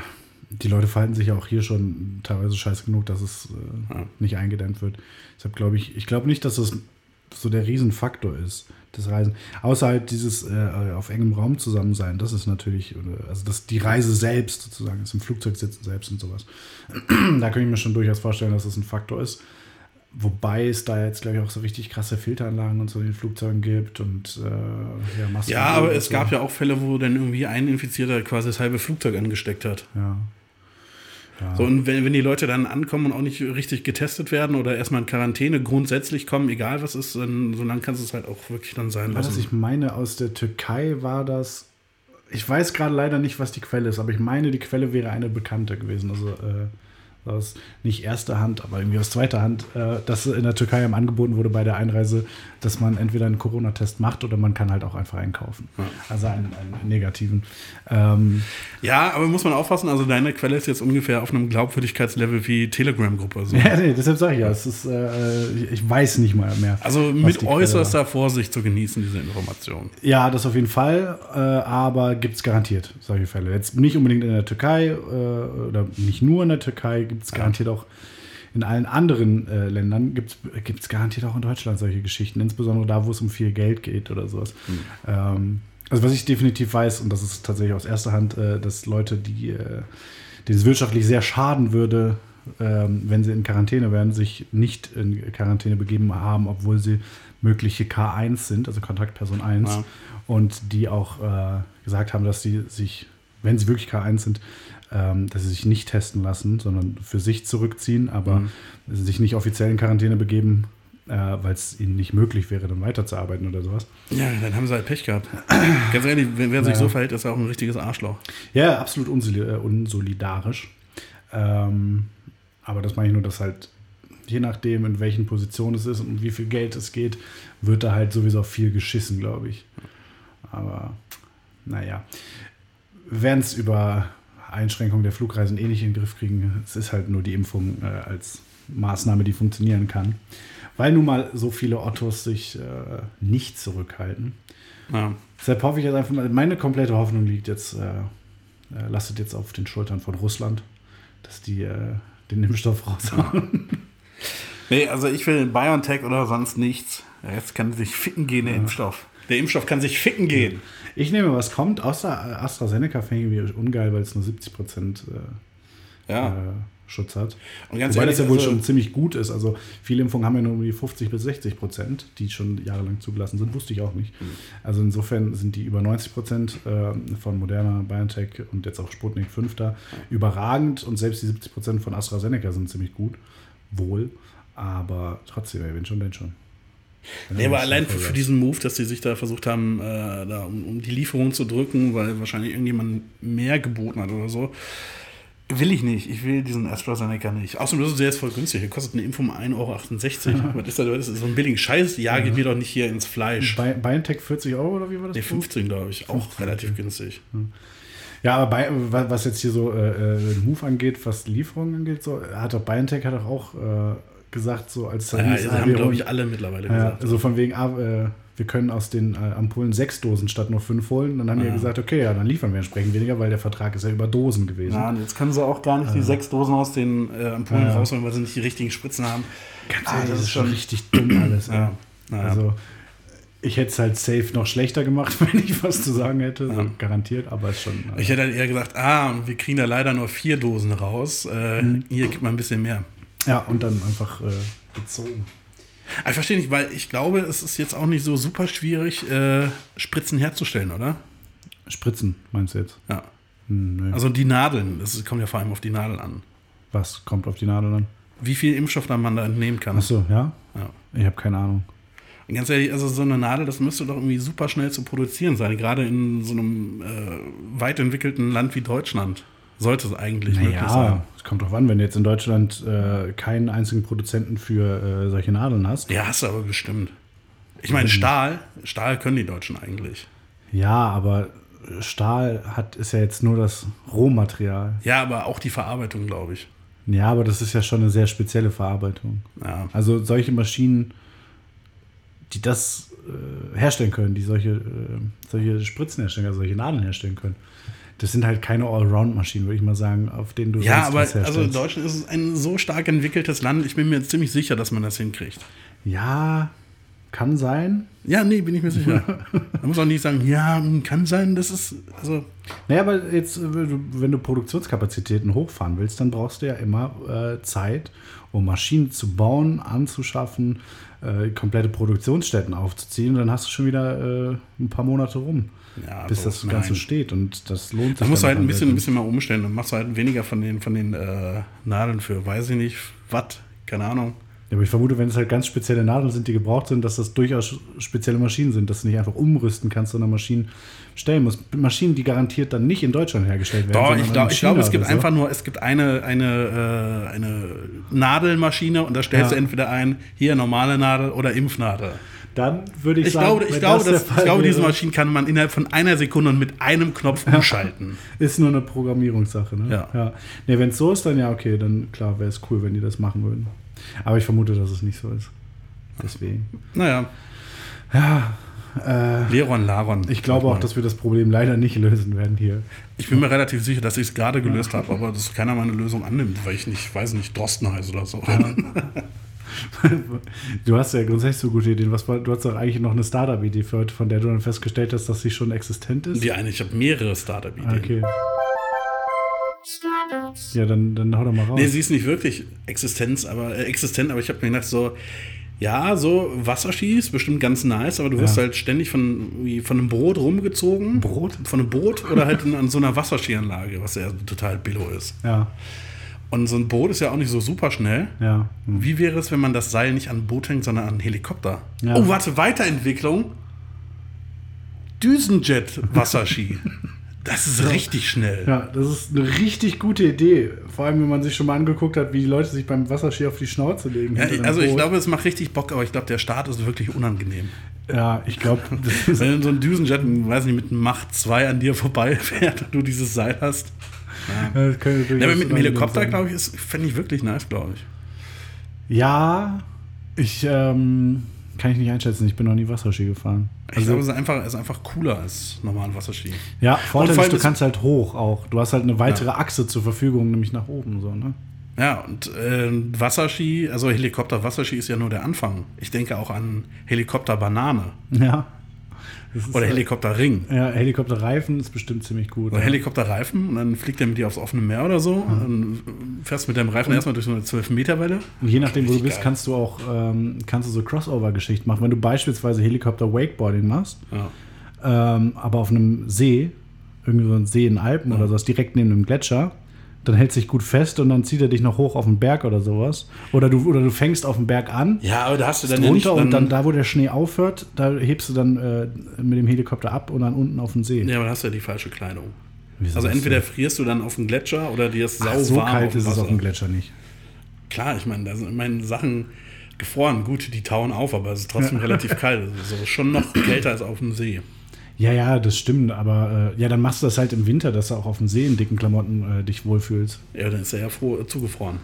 B: die Leute verhalten sich ja auch hier schon teilweise scheiß genug, dass es äh,
A: Ja.
B: nicht eingedämmt wird. Deshalb glaube ich, ich glaube nicht, dass das so der Riesenfaktor ist, das Reisen. Außer halt dieses äh, auf engem Raum zusammen sein, das ist natürlich, äh, also das, die Reise selbst sozusagen, das im Flugzeug sitzen selbst und sowas. *clears throat* da könnte ich mir schon durchaus vorstellen, dass das ein Faktor ist. Wobei es da jetzt, glaube ich, auch so richtig krasse Filteranlagen und so in den Flugzeugen gibt und äh, ja, Masken.
A: Ja, aber es
B: so.
A: gab ja auch Fälle, wo dann irgendwie ein Infizierter quasi das halbe Flugzeug angesteckt hat.
B: ja.
A: So, und wenn, wenn die Leute dann ankommen und auch nicht richtig getestet werden oder erstmal in Quarantäne grundsätzlich kommen, egal was ist, dann, so lange kannst du es halt auch wirklich dann sein
B: Was
A: lassen.
B: ich meine, aus der Türkei war das. Ich weiß gerade leider nicht, was die Quelle ist, aber ich meine, die Quelle wäre eine bekannte gewesen. Also äh, aus nicht erster Hand, aber irgendwie aus zweiter Hand, äh, dass in der Türkei einem angeboten wurde bei der Einreise, dass man entweder einen Corona-Test macht oder man kann halt auch einfach einkaufen. Also einen, einen negativen. Ähm, *laughs*
A: Ja, aber muss man aufpassen, also deine Quelle ist jetzt ungefähr auf einem Glaubwürdigkeitslevel wie Telegram-Gruppe.
B: *laughs*
A: So.
B: ja, nee, deshalb sage ich ja, es ist, äh, ich- ich weiß nicht mal mehr.
A: Also
B: was die
A: mit
B: Quelle war.
A: äußerster Vorsicht zu genießen, diese Information.
B: Ja, das auf jeden Fall, äh, aber gibt's garantiert solche Fälle. Jetzt nicht unbedingt in der Türkei äh, oder nicht nur in der Türkei, gibt's garantiert auch in allen anderen äh, Ländern, gibt's gibt's garantiert auch in Deutschland solche Geschichten, insbesondere da, wo es um viel Geld geht oder sowas. Ähm, also was ich definitiv weiß, und das ist tatsächlich aus erster Hand, äh, dass Leute, die, äh, denen es wirtschaftlich sehr schaden würde, ähm, wenn sie in Quarantäne wären, sich nicht in Quarantäne begeben haben, obwohl sie mögliche K1 sind, also Kontaktperson 1,
A: Ja.
B: und die auch äh, gesagt haben, dass sie sich, wenn sie wirklich K1 sind, ähm, dass sie sich nicht testen lassen, sondern für sich zurückziehen, aber
A: Mhm.
B: sich nicht offiziell in Quarantäne begeben, äh, weil es ihnen nicht möglich wäre, dann weiterzuarbeiten oder sowas.
A: Ja, dann haben sie halt Pech gehabt. *clears throat* Ganz ehrlich, wer, wer sich
B: Ja.
A: so verhält, ist ja auch ein richtiges Arschloch.
B: Ja, absolut unsoli äh, unsolidarisch. Ähm, aber das meine ich nur, dass halt je nachdem, in welchen Positionen es ist und um wie viel Geld es geht, wird da halt sowieso viel geschissen, glaube ich. Aber naja, wenn es über Einschränkungen der Flugreisen eh nicht in den Griff kriegen, es ist halt nur die Impfung äh, als Maßnahme, die funktionieren kann. Weil nun mal so viele Ottos sich äh, nicht zurückhalten.
A: Ja.
B: Deshalb hoffe ich jetzt einfach mal, meine komplette Hoffnung liegt jetzt, äh, äh, lastet jetzt auf den Schultern von Russland, dass die äh, den Impfstoff raushauen.
A: Nee, also ich will BioNTech oder sonst nichts. Jetzt kann sich ficken gehen, der Impfstoff. Der Impfstoff kann sich ficken gehen.
B: Ich nehme, was kommt, außer äh, AstraZeneca finde ich irgendwie ungeil, weil es nur 70 Prozent äh,
A: Ja.
B: äh, Schutz hat.
A: Ah. Und ganz
B: Wobei
A: ehrlich,
B: das ja wohl
A: also-
B: schon ziemlich gut ist. Also viele Impfungen haben ja nur um die 50 bis 60 Prozent, die schon jahrelang zugelassen sind, wusste ich auch nicht.
A: Mhm.
B: Also insofern sind die über 90 Prozent äh, von Moderna, BioNTech und jetzt auch Sputnik 5 da überragend und selbst die 70 Prozent von AstraZeneca sind ziemlich gut, wohl. Aber trotzdem, ey, wenn schon, denn schon. Wenn
A: Nee,
B: schon
A: aber allein für,
B: vollgas.
A: für diesen Move, dass sie sich da versucht haben, äh, da, um, um die Lieferung zu drücken, weil wahrscheinlich irgendjemand mehr geboten hat oder so. Will ich nicht. Ich will diesen AstraZeneca nicht. Außerdem, das ist der ist voll günstig. Der kostet eine Impfung 1,68 Euro. was ist das? Das ist so ein billigen Scheiß. Ja, geht mir doch nicht hier ins Fleisch.
B: Bi- BioNTech 40 Euro oder wie war das?
A: Der 15, glaube ich. Auch relativ günstig.
B: Ja, aber bei, wa- was jetzt hier so äh, äh, Move angeht, was Lieferungen angeht, so hat doch BioNTech hat doch auch äh, gesagt, so als
A: Ja,
B: hieß,
A: sie
B: ah,
A: also haben,
B: wir
A: glaube
B: holen-
A: ich, alle mittlerweile
B: ja,
A: gesagt.
B: so von wegen, ah, äh, wir können aus den äh, Ampullen sechs Dosen statt nur fünf holen. Dann haben die ja gesagt, okay, ja, dann liefern wir entsprechend weniger, weil der Vertrag ist ja über Dosen gewesen.
A: Ja, und jetzt können sie auch gar nicht die sechs Dosen aus den äh, Ampullen rausholen, weil sie nicht die richtigen Spritzen haben. Ganz
B: Ah, das ist schon richtig dumm alles.
A: Ja.
B: ey.
A: Ja.
B: Also ich hätte es halt safe noch schlechter gemacht, *laughs* wenn ich was zu sagen hätte, so, garantiert, aber ist schon.
A: Ich hätte halt eher gesagt, ah, und wir kriegen da leider nur vier Dosen raus. Äh,
B: Mhm.
A: Hier gibt man ein bisschen mehr.
B: ja, und dann einfach äh, gezogen.
A: Aber ich verstehe nicht, weil ich glaube, es ist jetzt auch nicht so super schwierig, äh, Spritzen herzustellen, oder?
B: Spritzen, meinst du jetzt?
A: Ja.
B: Hm, nö.
A: Also die Nadeln, das kommt ja vor allem auf die Nadel an.
B: Was kommt auf die Nadel dann?
A: Wie viel Impfstoff da man da entnehmen kann.
B: Ach so, ja?
A: Ja.
B: Ich habe keine Ahnung.
A: Und ganz ehrlich, also so eine Nadel, das müsste doch irgendwie super schnell zu produzieren sein. Gerade in so einem äh, weit entwickelten Land wie Deutschland sollte es eigentlich möglich sein.
B: es kommt drauf an, wenn du jetzt in Deutschland äh, keinen einzigen Produzenten für äh, solche Nadeln hast.
A: Ja, hast du aber bestimmt. Ich meine, Stahl, Stahl können die Deutschen eigentlich.
B: Ja, aber Stahl hat, ist ja jetzt nur das Rohmaterial.
A: Ja, aber auch die Verarbeitung, glaube ich.
B: Ja, aber das ist ja schon eine sehr spezielle Verarbeitung.
A: Ja.
B: Also solche Maschinen, die das äh, herstellen können, die solche, äh, solche Spritzen herstellen, also solche Nadeln herstellen können, das sind halt keine Allround-Maschinen, würde ich mal sagen, auf denen du
A: Ja,
B: sonst
A: aber
B: was
A: also
B: herstellst.
A: Deutschland ist ein so stark entwickeltes Land, ich bin mir ziemlich sicher, dass man das hinkriegt.
B: ja, kann sein.
A: Ja, nee, bin ich mir sicher. Man muss auch nicht sagen, ja, hm, kann sein, das ist, also,
B: Naja, aber jetzt, äh, wenn du- wenn du Produktionskapazitäten hochfahren willst, dann brauchst du ja immer äh, Zeit, um Maschinen zu bauen, anzuschaffen, äh, komplette Produktionsstätten aufzuziehen. Und dann hast du schon wieder äh, ein paar Monate rum,
A: Ja,
B: bis
A: so,
B: das Ganze
A: nein.
B: steht. Und das lohnt sich.
A: da musst du
B: dann
A: halt ein bisschen, ein
B: nicht.
A: bisschen mal umstellen. Dann machst du halt weniger von den, von den äh, Nadeln für, weiß ich nicht, Watt, keine Ahnung.
B: Ja, aber ich vermute, wenn es halt ganz spezielle Nadeln sind, die gebraucht sind, dass das durchaus spezielle Maschinen sind, dass du nicht einfach umrüsten kannst, sondern Maschinen stellen musst. Maschinen, die garantiert dann nicht in Deutschland hergestellt werden.
A: Doch,
B: sondern
A: ich
B: in
A: glaube,
B: China
A: glaub, es gibt
B: oder so.
A: einfach nur, es gibt eine, eine, äh, eine Nadelmaschine und da stellst du
B: Ja.
A: entweder ein, hier normale Nadel oder Impfnadel.
B: Dann würde ich,
A: Ich
B: sagen,
A: glaube, ich
B: wenn
A: glaube,
B: der
A: dass, ich
B: Fall
A: glaube diese
B: wäre,
A: Maschinen kann man innerhalb von einer Sekunde und mit einem Knopf umschalten.
B: ist nur eine Programmierungssache. Ne?
A: Ja.
B: ja. Nee, wenn es so ist, dann ja, okay, dann klar wäre es cool, wenn die das machen würden. Aber ich vermute, dass es nicht so ist. Deswegen.
A: naja,
B: Ja, äh,
A: Leron Laron.
B: ich glaube auch, dass wir das Problem leider nicht lösen werden hier. *laughs*
A: Ich bin mir relativ sicher, dass ich es gerade gelöst habe, aber dass keiner meine Lösung annimmt, weil ich nicht, weiß nicht, Drosten heiße oder so.
B: Du hast ja grundsätzlich so gute Ideen. Was war, du hast doch eigentlich noch eine Startup-Idee für heute, von der du dann festgestellt hast, dass sie schon existent ist.
A: Die eine, ich habe mehrere Startup-Ideen.
B: Okay.
D: Startups.
B: Ja, dann, dann hau doch mal raus.
A: Nee, sie ist nicht wirklich Existenz, aber, äh, existent, aber ich habe mir gedacht, so, ja, so Wasserski ist bestimmt ganz nice, aber du wirst
B: Ja.
A: halt ständig von, irgendwie von einem Brot rumgezogen. Brot? Von einem Boot oder halt in, an so einer Wasserskianlage, was ja total billo ist.
B: ja,
A: Und so ein Boot ist ja auch nicht so super schnell.
B: ja. Hm.
A: Wie wäre es, wenn man das Seil nicht an ein Boot hängt, sondern an einen Helikopter?
B: Ja.
A: Oh, warte, Weiterentwicklung.
B: *laughs*
A: Düsenjet-Wasserski. das ist richtig schnell.
B: Ja, das ist eine richtig gute Idee. Vor allem, wenn man sich schon mal angeguckt hat, wie die Leute sich beim Wasserski auf die Schnauze legen.
A: Ja,
B: hinter dem
A: also ich
B: Boot.
A: glaube, es macht richtig Bock, aber ich glaube, der Start ist wirklich unangenehm.
B: Ja, ich glaube, *laughs* das ist.
A: Wenn so ein Düsenjet, weiß nicht, mit einem Macht 2 an dir vorbeifährt und du dieses Seil hast.
B: das könnte durchaus
A: Ja, aber mit einem
B: unangenehm
A: Helikopter,
B: sein.
A: glaube ich, fände ich wirklich nice, glaube ich.
B: Ja, ich ähm, kann ich nicht einschätzen. Ich bin noch nie Wasserski gefahren.
A: Ich glaube, es ist einfach, es ist einfach cooler als normal Wasserski.
B: Also Ja,
A: Und
B: Vorteil
A: vor
B: ist,
A: allem
B: du
A: ist-
B: kannst halt hoch auch. Du hast halt eine weitere
A: Ja.
B: Achse zur Verfügung, nämlich nach oben so, ne? *laughs*
A: Ja, und äh, Wasserski, also Helikopter-Wasserski ist ja nur der Anfang. Ich denke auch an Helikopter-Banane
B: Ja. Das ist
A: oder
B: halt-
A: Helikopter-Ring.
B: Ja, Helikopterreifen ist bestimmt ziemlich gut.
A: Oder
B: ja.
A: Helikopterreifen und dann fliegt er mit dir aufs offene Meer oder so. Und fährst mit deinem Reifen erstmal durch so eine 12-Meter-Welle.
B: Und je nachdem, wo du
A: Richtig
B: bist,
A: geil.
B: kannst du auch ähm, kannst du so Crossover-Geschichten machen. Wenn du beispielsweise Helikopter-Wakeboarding machst,
A: Ja.
B: ähm, aber auf einem See, irgendwie so ein See in Alpen
A: Mhm.
B: oder sowas, direkt neben einem Gletscher, dann hält sich gut fest und dann zieht er dich noch hoch auf den Berg oder sowas. Oder du, oder du fängst auf dem Berg an,
A: ja, aber da hast du dann ja nicht
B: runter und dann
A: dann-
B: da, wo der Schnee aufhört, da hebst du dann äh, mit dem Helikopter ab und dann unten auf den See.
A: Ja, aber da hast du ja die falsche Kleidung.
B: Wieso
A: Also
B: das
A: entweder
B: denn?
A: frierst du dann auf dem Gletscher oder dir ist
B: Ach,
A: sau
B: so
A: warm
B: kalt ist es
A: Wasser.
B: auf dem Gletscher nicht.
A: Klar, ich meine, da sind meine Sachen gefroren. Gut, die tauen auf, aber es ist trotzdem
B: *laughs*
A: relativ kalt. Also so schon noch kälter als auf dem See.
B: Ja, ja, das stimmt, aber äh, ja, dann machst du das halt im Winter, dass du auch auf dem See in dicken Klamotten äh, dich wohlfühlst.
A: Ja, dann ist er ja froh, äh, zugefroren.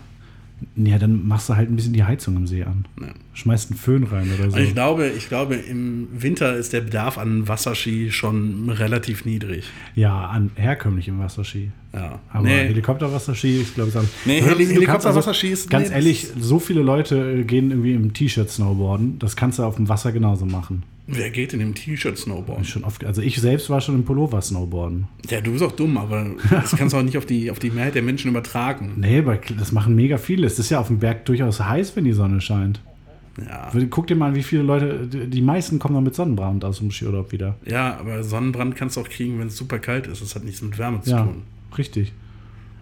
B: Ja, dann machst du halt ein bisschen die Heizung im See an.
A: Ja.
B: Schmeißt einen Föhn rein oder
A: Und
B: so.
A: Also ich glaube, ich glaube, im Winter ist der Bedarf an Wasserski schon relativ niedrig.
B: Ja, an herkömlichem Wasserski.
A: Ja.
B: Aber Helikopterwasserski ist, glaube ich, dann.
A: Nee,
B: Du kannst-
A: Heli-
B: du kannst
A: Helikopterwasserski ist-
B: Ganz
A: nee,
B: ehrlich,
A: das
B: so viele Leute äh, gehen irgendwie im T-Shirt snowboarden. Das kannst du auf dem Wasser genauso machen.
A: wer geht in dem T-Shirt
B: Hab ich
A: Snowboarden?
B: Schon oft, also ich selbst war schon im Pullover snowboarden.
A: Ja, du bist auch dumm, aber das kannst du auch nicht auf die, auf die Mehrheit der Menschen übertragen.
B: Nee, aber das machen mega viele. Es ist ja auf dem Berg durchaus heiß, wenn die Sonne scheint.
A: Ja.
B: Guck dir mal an, wie viele Leute, die die meisten kommen dann mit Sonnenbrand aus dem Skiurlaub wieder.
A: ja, aber Sonnenbrand kannst du auch kriegen, wenn es super kalt ist. Das hat nichts mit Wärme zu
B: Ja,
A: tun.
B: richtig.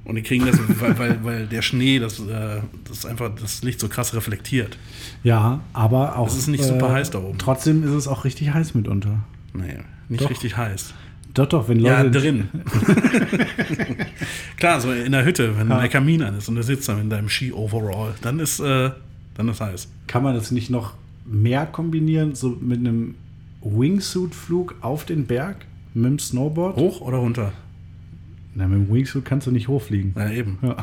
A: Und die kriegen das, *laughs* weil, weil, weil der Schnee, das, äh, das einfach das Licht so krass reflektiert.
B: Ja, aber auch. äh,
A: Es ist nicht super heiß da oben.
B: Trotzdem ist es auch richtig heiß mitunter.
A: Nee, nicht
B: Doch. also
A: richtig heiß.
B: Doch, doch, wenn
A: Ja,
B: Leute. *laughs*
A: drin. Klar, so in der Hütte, wenn der Kamin an ist und du sitzt dann in deinem Ski-Overall, dann ist, äh, dann ist heiß.
B: Kann man das nicht noch mehr kombinieren, so mit einem Wingsuit-Flug auf den Berg mit dem Snowboard?
A: Hoch oder runter?
B: Na, mit dem Wingsuit kannst du nicht hochfliegen.
A: Na eben.
B: Ja.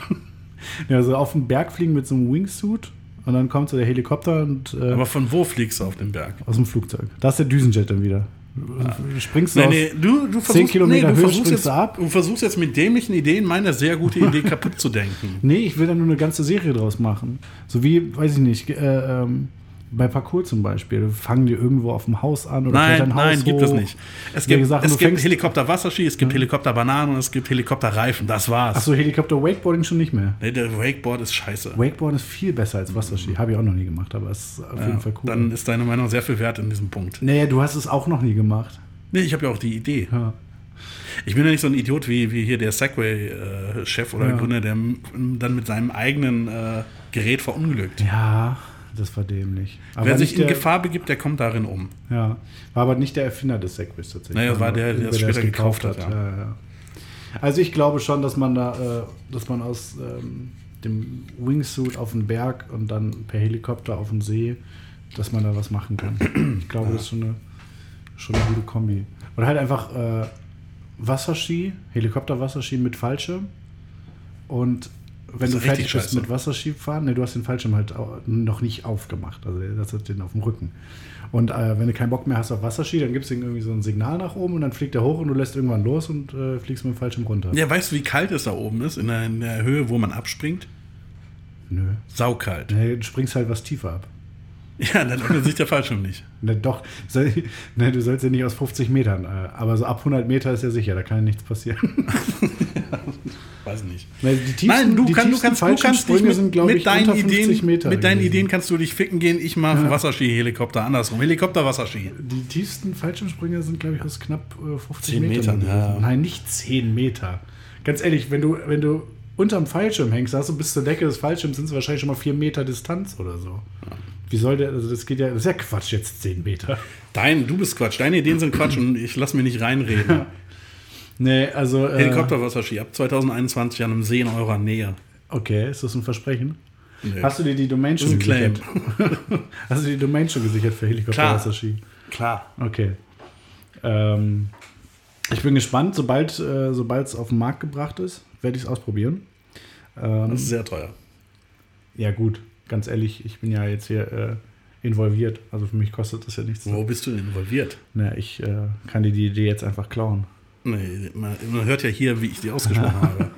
B: *laughs* ja, also auf den Berg fliegen mit so einem Wingsuit und dann kommt so der Helikopter und äh,
A: Aber von wo fliegst du auf den Berg?
B: aus dem Flugzeug. Da ist der Düsenjet dann wieder. Springst du
A: Ah. Nee,
B: aus.
A: nee, du, du versuchst,
B: Kilometer
A: nee, du
B: Höhe
A: versuchst
B: springst
A: jetzt,
B: du ab.
A: Du versuchst jetzt mit dämlichen Ideen meine sehr gute
B: *laughs*
A: Idee kaputt zu denken.
B: Nee, ich will da nur eine ganze Serie draus machen. So wie, weiß ich nicht, äh, ähm, bei Parcours zum Beispiel. Fangen die irgendwo auf dem Haus an oder
A: Nein,
B: klettern Haus
A: nein, gibt es
B: hoch.
A: nicht. Es
B: Solche
A: gibt,
B: Sachen,
A: es
B: du
A: gibt
B: fängst-
A: Helikopter-Wasserski, es gibt Helikopter-Bananen und es gibt Helikopter-Reifen. Das war's.
B: Achso, Helikopter-Wakeboarding schon nicht mehr.
A: Nee, der Wakeboard ist scheiße.
B: Wakeboarden ist viel besser als Wasserski. Habe ich auch noch nie gemacht, aber es ist auf jeden Fall cool.
A: Dann ist deine Meinung sehr viel wert in diesem Punkt.
B: naja, du hast es auch noch nie gemacht.
A: Nee, ich habe ja auch die Idee.
B: Ja.
A: Ich bin ja nicht so ein Idiot wie, wie hier der Segway-Chef oder
B: Ja.
A: Gründer, der m- dann mit seinem eigenen äh, Gerät verunglückt.
B: Ja, Das war dämlich.
A: Wer sich
B: nicht
A: in
B: der-
A: Gefahr begibt, der kommt darin um.
B: Ja, war aber nicht der Erfinder des Segways tatsächlich.
A: Naja, war der, der
B: Wer
A: es
B: das
A: später gekauft hat, ja.
B: Ja, ja. Also ich glaube schon, dass man da, äh, dass man aus ähm, dem Wingsuit auf den Berg und dann per Helikopter auf den See, dass man da was machen kann. Ich glaube, das ist schon eine, schon eine gute Kombi. Oder halt einfach äh, Wasserski, Helikopter-Wasserski mit Fallschirm. Und
A: Das
B: wenn du
A: ist richtig
B: fertig bist
A: scheiße.
B: mit Wasserski fahren, ne, du hast den Fallschirm halt au- noch nicht aufgemacht. Also das hat den auf dem Rücken. Und äh, wenn du keinen Bock mehr hast auf Wasserski, dann gibst du ihm irgendwie so ein Signal nach oben und dann fliegt er hoch und du lässt irgendwann los und äh, fliegst mit dem Fallschirm runter.
A: Ja, weißt du, wie kalt es da oben ist? In der, in der Höhe, wo man abspringt?
B: Nö.
A: Saukalt.
B: Nee, du springst halt was tiefer ab.
A: Ja, dann öffnet sich der Fallschirm nicht.
B: Ne, doch, soll, ne, du sollst ja nicht aus 50 Metern, äh, aber so ab 100 Meter ist ja sicher, da kann ja nichts passieren.
A: Weiß nicht.
B: Ne, die tiefsten,
A: Nein, du,
B: die
A: kann, du kannst, du
B: tiefsten
A: kannst dich
B: Fallschirmsprünge
A: mit,
B: sind, glaub
A: mit
B: ich,
A: deinen
B: unter 50
A: Ideen,
B: Meter
A: mit deinen
B: gewesen.
A: Ideen kannst du dich ficken gehen. Ich mache Wasserski, Helikopter, andersrum. Helikopter, Wasserski.
B: Die tiefsten Fallschirmsprünge sind, glaube ich, aus knapp äh, 50
A: 10
B: Metern.
A: Metern,
B: gewesen.
A: ja.
B: Nein, nicht 10 Meter. Ganz ehrlich, wenn du, wenn du unterm Fallschirm hängst, hast du bis zur Decke des Fallschirms sind es wahrscheinlich schon mal 4 Meter Distanz oder so. Wie soll der, also das geht ja, das ist ja Quatsch jetzt 10
A: *laughs*
B: Meter.
A: Dein, du bist Quatsch. Deine Ideen sind Quatsch und ich lass mir nicht
B: *laughs*
A: reinreden.
B: Nee, also. Äh,
A: Helikopter, Wasserski ab 2021 an einem See in eurer Nähe.
B: Okay, ist das ein Versprechen?
A: Nee.
B: Hast du dir die Domain
A: ist
B: schon
A: ein Claim.
B: gesichert? *laughs* Hast du die Domain schon gesichert für
A: Klar.
B: Helikopter-Wasserski?
A: Klar.
B: Okay. Ähm, ich bin gespannt, sobald äh, sobald es auf den Markt gebracht ist, werde ich es ausprobieren. Ähm,
A: Das ist sehr teuer.
B: ja gut, ganz ehrlich, ich bin ja jetzt hier äh, involviert, also für mich kostet das ja nichts.
A: Wo bist du denn involviert?
B: Na, ich äh, kann dir die Idee jetzt einfach klauen.
A: Nee, man, man hört ja hier, wie ich die
B: *laughs*
A: ausgesprochen habe.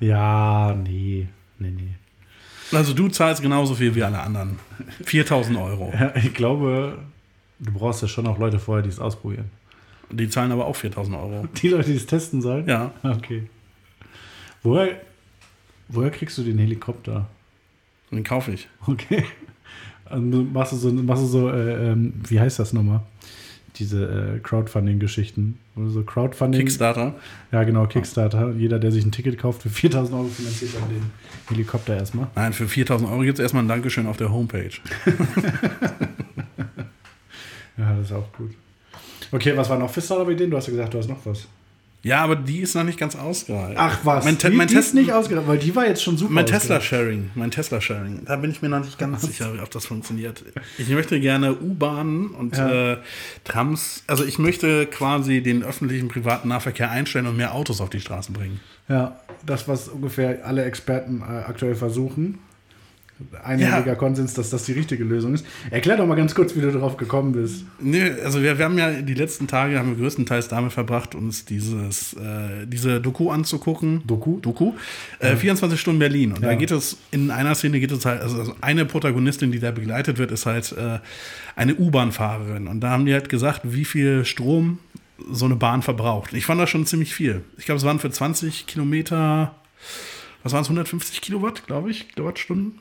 B: Ja, nee, nee, nee. *laughs*
A: Also du zahlst genauso viel wie alle anderen. 4000 Euro.
B: Ja, ich glaube, du brauchst ja schon auch Leute vorher, die es ausprobieren.
A: Die zahlen aber auch 4000 Euro.
B: Die Leute, die es testen sollen?
A: Ja.
B: *laughs* Okay. Woher, woher kriegst du den Helikopter? *laughs*
A: Den kaufe ich.
B: Okay. Und du machst du so, machst du so äh, ähm, wie heißt das nochmal? Diese äh, Crowdfunding-Geschichten. Wo du So Crowdfunding.
A: Kickstarter.
B: Ja, genau, Kickstarter. Jeder, der sich ein Ticket kauft, für *laughs* 4000 Euro finanziert dann den Helikopter erstmal.
A: Nein, für 4000 Euro gibt es erstmal ein Dankeschön auf der Homepage.
B: Ja, das ist auch gut. Okay, was war noch für Startup-Ideen? Du hast ja gesagt, du hast noch was.
A: Ja, aber die ist noch nicht ganz ausgereift.
B: Ach was,
A: Mein, Te
B: die,
A: mein,
B: die ist
A: Tes
B: nicht ausgereift, weil die war jetzt schon super
A: mein Tesla
B: ausgereift.
A: Sharing. Mein Tesla Sharing. Da bin ich mir noch nicht ganz sicher, ob das funktioniert. Ich möchte gerne U-Bahnen und
B: Ja.
A: äh, Trams. Also ich möchte quasi den öffentlichen privaten Nahverkehr einstellen und mehr Autos auf die Straßen bringen.
B: Ja, das, was ungefähr alle Experten äh, aktuell versuchen. Einhelliger
A: Ja.
B: Konsens, dass das die richtige Lösung ist. Erklär doch mal ganz kurz, wie du darauf gekommen bist.
A: Nö, also wir, wir haben ja die letzten Tage haben wir größtenteils damit verbracht, uns dieses, äh, diese Doku anzugucken.
B: Doku?
A: Doku. Äh, 24 Stunden Berlin. Und
B: Ja.
A: da geht es, in einer Szene geht es halt, also also eine Protagonistin, die da begleitet wird, ist halt äh, eine U-Bahn-Fahrerin. Und da haben die halt gesagt, wie viel Strom so eine Bahn verbraucht. Ich fand das schon ziemlich viel. Ich glaube, es waren für 20 Kilometer, was waren es, 150 Kilowatt, glaube ich, Kilowattstunden?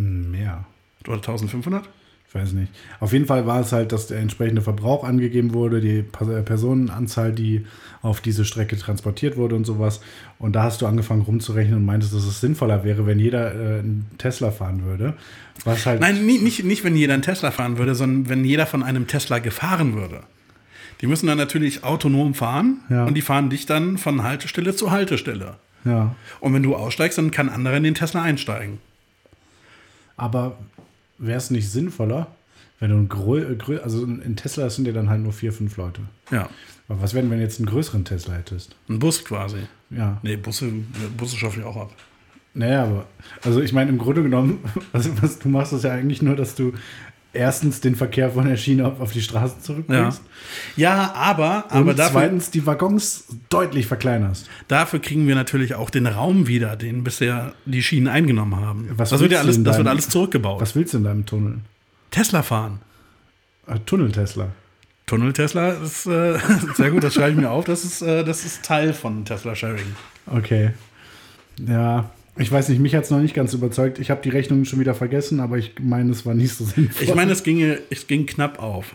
B: Mehr.
A: Oder 1500?
B: Ich weiß nicht. Auf jeden Fall war es halt, dass der entsprechende Verbrauch angegeben wurde, die Pas- äh, Personenanzahl, die auf diese Strecke transportiert wurde und sowas. Und da hast du angefangen rumzurechnen und meintest, dass es sinnvoller wäre, wenn jeder äh, einen Tesla fahren würde. Was halt.
A: Nein, nie- nicht, nicht, wenn jeder einen Tesla fahren würde, sondern wenn jeder von einem Tesla gefahren würde. Die müssen dann natürlich autonom fahren
B: Ja.
A: und die fahren dich dann von Haltestelle zu Haltestelle.
B: Ja.
A: Und wenn du aussteigst, dann kann anderer in den Tesla einsteigen.
B: Aber wäre es nicht sinnvoller, wenn du ein grö- äh, grö- also in Tesla sind ja dann halt nur vier, fünf Leute.
A: Ja,
B: Aber was wäre, wenn du jetzt einen größeren Tesla hättest?
A: ein Bus quasi.
B: Ja.
A: Nee, Busse, Busse schaffe ich auch ab.
B: Naja, aber also ich meine, im Grunde genommen, *laughs* also was du machst, ist ja eigentlich nur, dass du erstens den Verkehr von der Schiene auf, auf die Straßen
A: Ja,
B: zurückbringst.
A: ja aber, aber
B: und
A: dafür,
B: zweitens die Waggons deutlich verkleinerst.
A: dafür kriegen wir natürlich auch den Raum wieder, den bisher die Schienen eingenommen haben.
B: Was
A: das wird ja
B: willst du
A: alles,
B: denn
A: das wird
B: dann?
A: alles zurückgebaut.
B: Was willst du in deinem Tunnel?
A: Tesla fahren.
B: Äh, Tunnel-Tesla.
A: Tunnel Tesla ist äh, *laughs* sehr gut, das schreibe ich mir auf. Das ist, äh, das ist Teil von Tesla Sharing.
B: Okay. Ja, ich weiß nicht, mich hat es noch nicht ganz überzeugt. Ich habe die Rechnung schon wieder vergessen, aber ich meine, es war nicht so sinnvoll.
A: Ich meine, es ging, es ging knapp auf.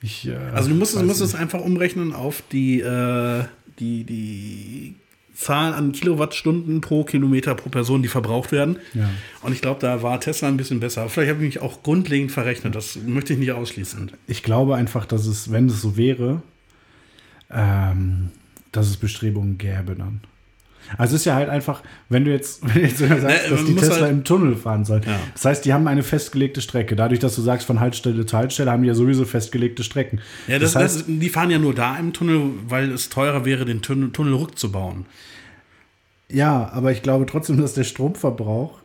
B: Ich, äh,
A: Also du musst, es-
B: weiß
A: musst es einfach umrechnen auf äh, die, äh, die, die Zahl an Kilowattstunden pro Kilometer pro Person, die verbraucht werden.
B: Ja.
A: Und ich glaube, da war Tesla ein bisschen besser. Vielleicht habe ich mich auch grundlegend verrechnet. Das möchte ich nicht ausschließen.
B: Ich glaube einfach, dass es, wenn es so wäre, ähm, dass es Bestrebungen gäbe dann. Also es ist ja halt einfach, wenn du jetzt, *laughs* wenn du jetzt sogar sagst,
A: Ne,
B: dass
A: man
B: die
A: muss
B: Tesla
A: halt-
B: im Tunnel fahren sollen.
A: Ja.
B: Das heißt, die haben eine festgelegte Strecke. Dadurch, dass du sagst, von Haltestelle zu Haltestelle, haben die ja sowieso festgelegte Strecken.
A: Ja, das,
B: das heißt,
A: das, die fahren ja nur da im Tunnel, weil es teurer wäre, den Tunnel, Tunnel rückzubauen.
B: ja, aber ich glaube trotzdem, dass der Stromverbrauch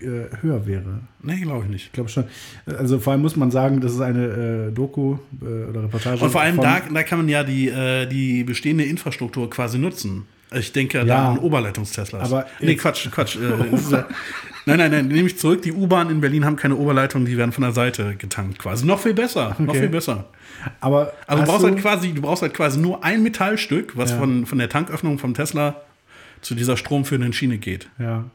B: äh, höher wäre.
A: Nee, glaube ich nicht.
B: Ich glaube schon. Also vor allem muss man sagen, das ist eine äh, Doku äh, oder Reportage.
A: Und vor allem
B: von-
A: da, da kann man ja die, äh, die bestehende Infrastruktur quasi nutzen. Ich denke
B: Ja.
A: da an Oberleitungsteslas.
B: Aber
A: nee,
B: jetzt-
A: Quatsch, Quatsch.
B: *laughs*
A: Äh, es ist ja- nein, nein, nein, nehme ich zurück. Die U-Bahn in Berlin haben keine Oberleitung, die werden von der Seite getankt quasi. Noch viel besser, noch
B: Okay.
A: viel besser.
B: Aber,
A: Also du
B: hast
A: brauchst, halt quasi, du brauchst halt quasi nur ein Metallstück, was
B: Ja.
A: von, von der Tanköffnung vom Tesla zu dieser stromführenden Schiene geht.
B: Ja.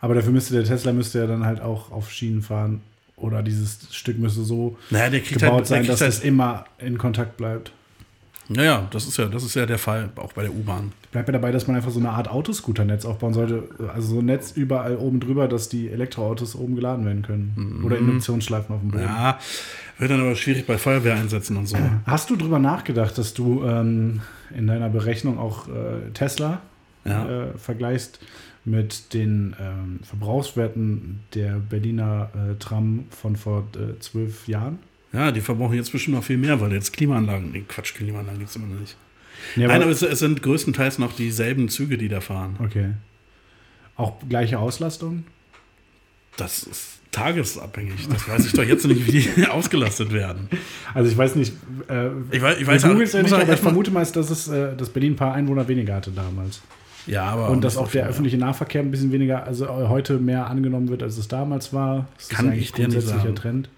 B: Aber dafür müsste der Tesla müsste ja dann halt auch auf Schienen fahren. Oder dieses Stück müsste so
A: Naja, der kriegt
B: gebaut
A: halt, der
B: sein,
A: kriegt
B: dass
A: halt-
B: es immer in Kontakt bleibt.
A: Ja, ja, das ist ja, das ist ja der Fall, auch bei der U-Bahn.
B: Ich bleibe ja dabei, dass man einfach so eine Art Autoscooter-Netz aufbauen sollte. Also so ein Netz überall oben drüber, dass die Elektroautos oben geladen werden können. Oder Induktionsschleifen auf dem Boden.
A: Mhm. Ja, wird dann aber schwierig bei Feuerwehreinsätzen und so.
B: Hast du drüber nachgedacht, dass du ähm, in deiner Berechnung auch äh, Tesla
A: Ja.
B: äh, vergleichst mit den ähm, Verbrauchswerten der Berliner äh, Tram von vor äh, zwölf Jahren?
A: Ja, die verbrauchen jetzt bestimmt noch viel mehr, weil jetzt Klimaanlagen, nee, Quatsch, Klimaanlagen gibt es immer noch nicht.
B: Nee, aber-
A: Nein, aber es, es sind größtenteils noch dieselben Züge, die da fahren.
B: okay. Auch gleiche Auslastung?
A: Das ist tagesabhängig. Das weiß ich doch jetzt nicht, wie die *laughs* ausgelastet werden.
B: Also ich weiß nicht. Äh,
A: Ich weiß, ich weiß
B: wir googeln's ja
A: muss halt
B: nicht, aber ich
A: erstmal-
B: vermute mal, dass es, äh, dass Berlin ein paar Einwohner weniger hatte damals.
A: Ja, aber.
B: Und dass auch der
A: ja.
B: öffentliche Nahverkehr ein bisschen weniger, also heute mehr angenommen wird, als es damals war. Das
A: Kann
B: ist eigentlich
A: ich dir nicht
B: grundsätzlicher
A: sagen.
B: Trend.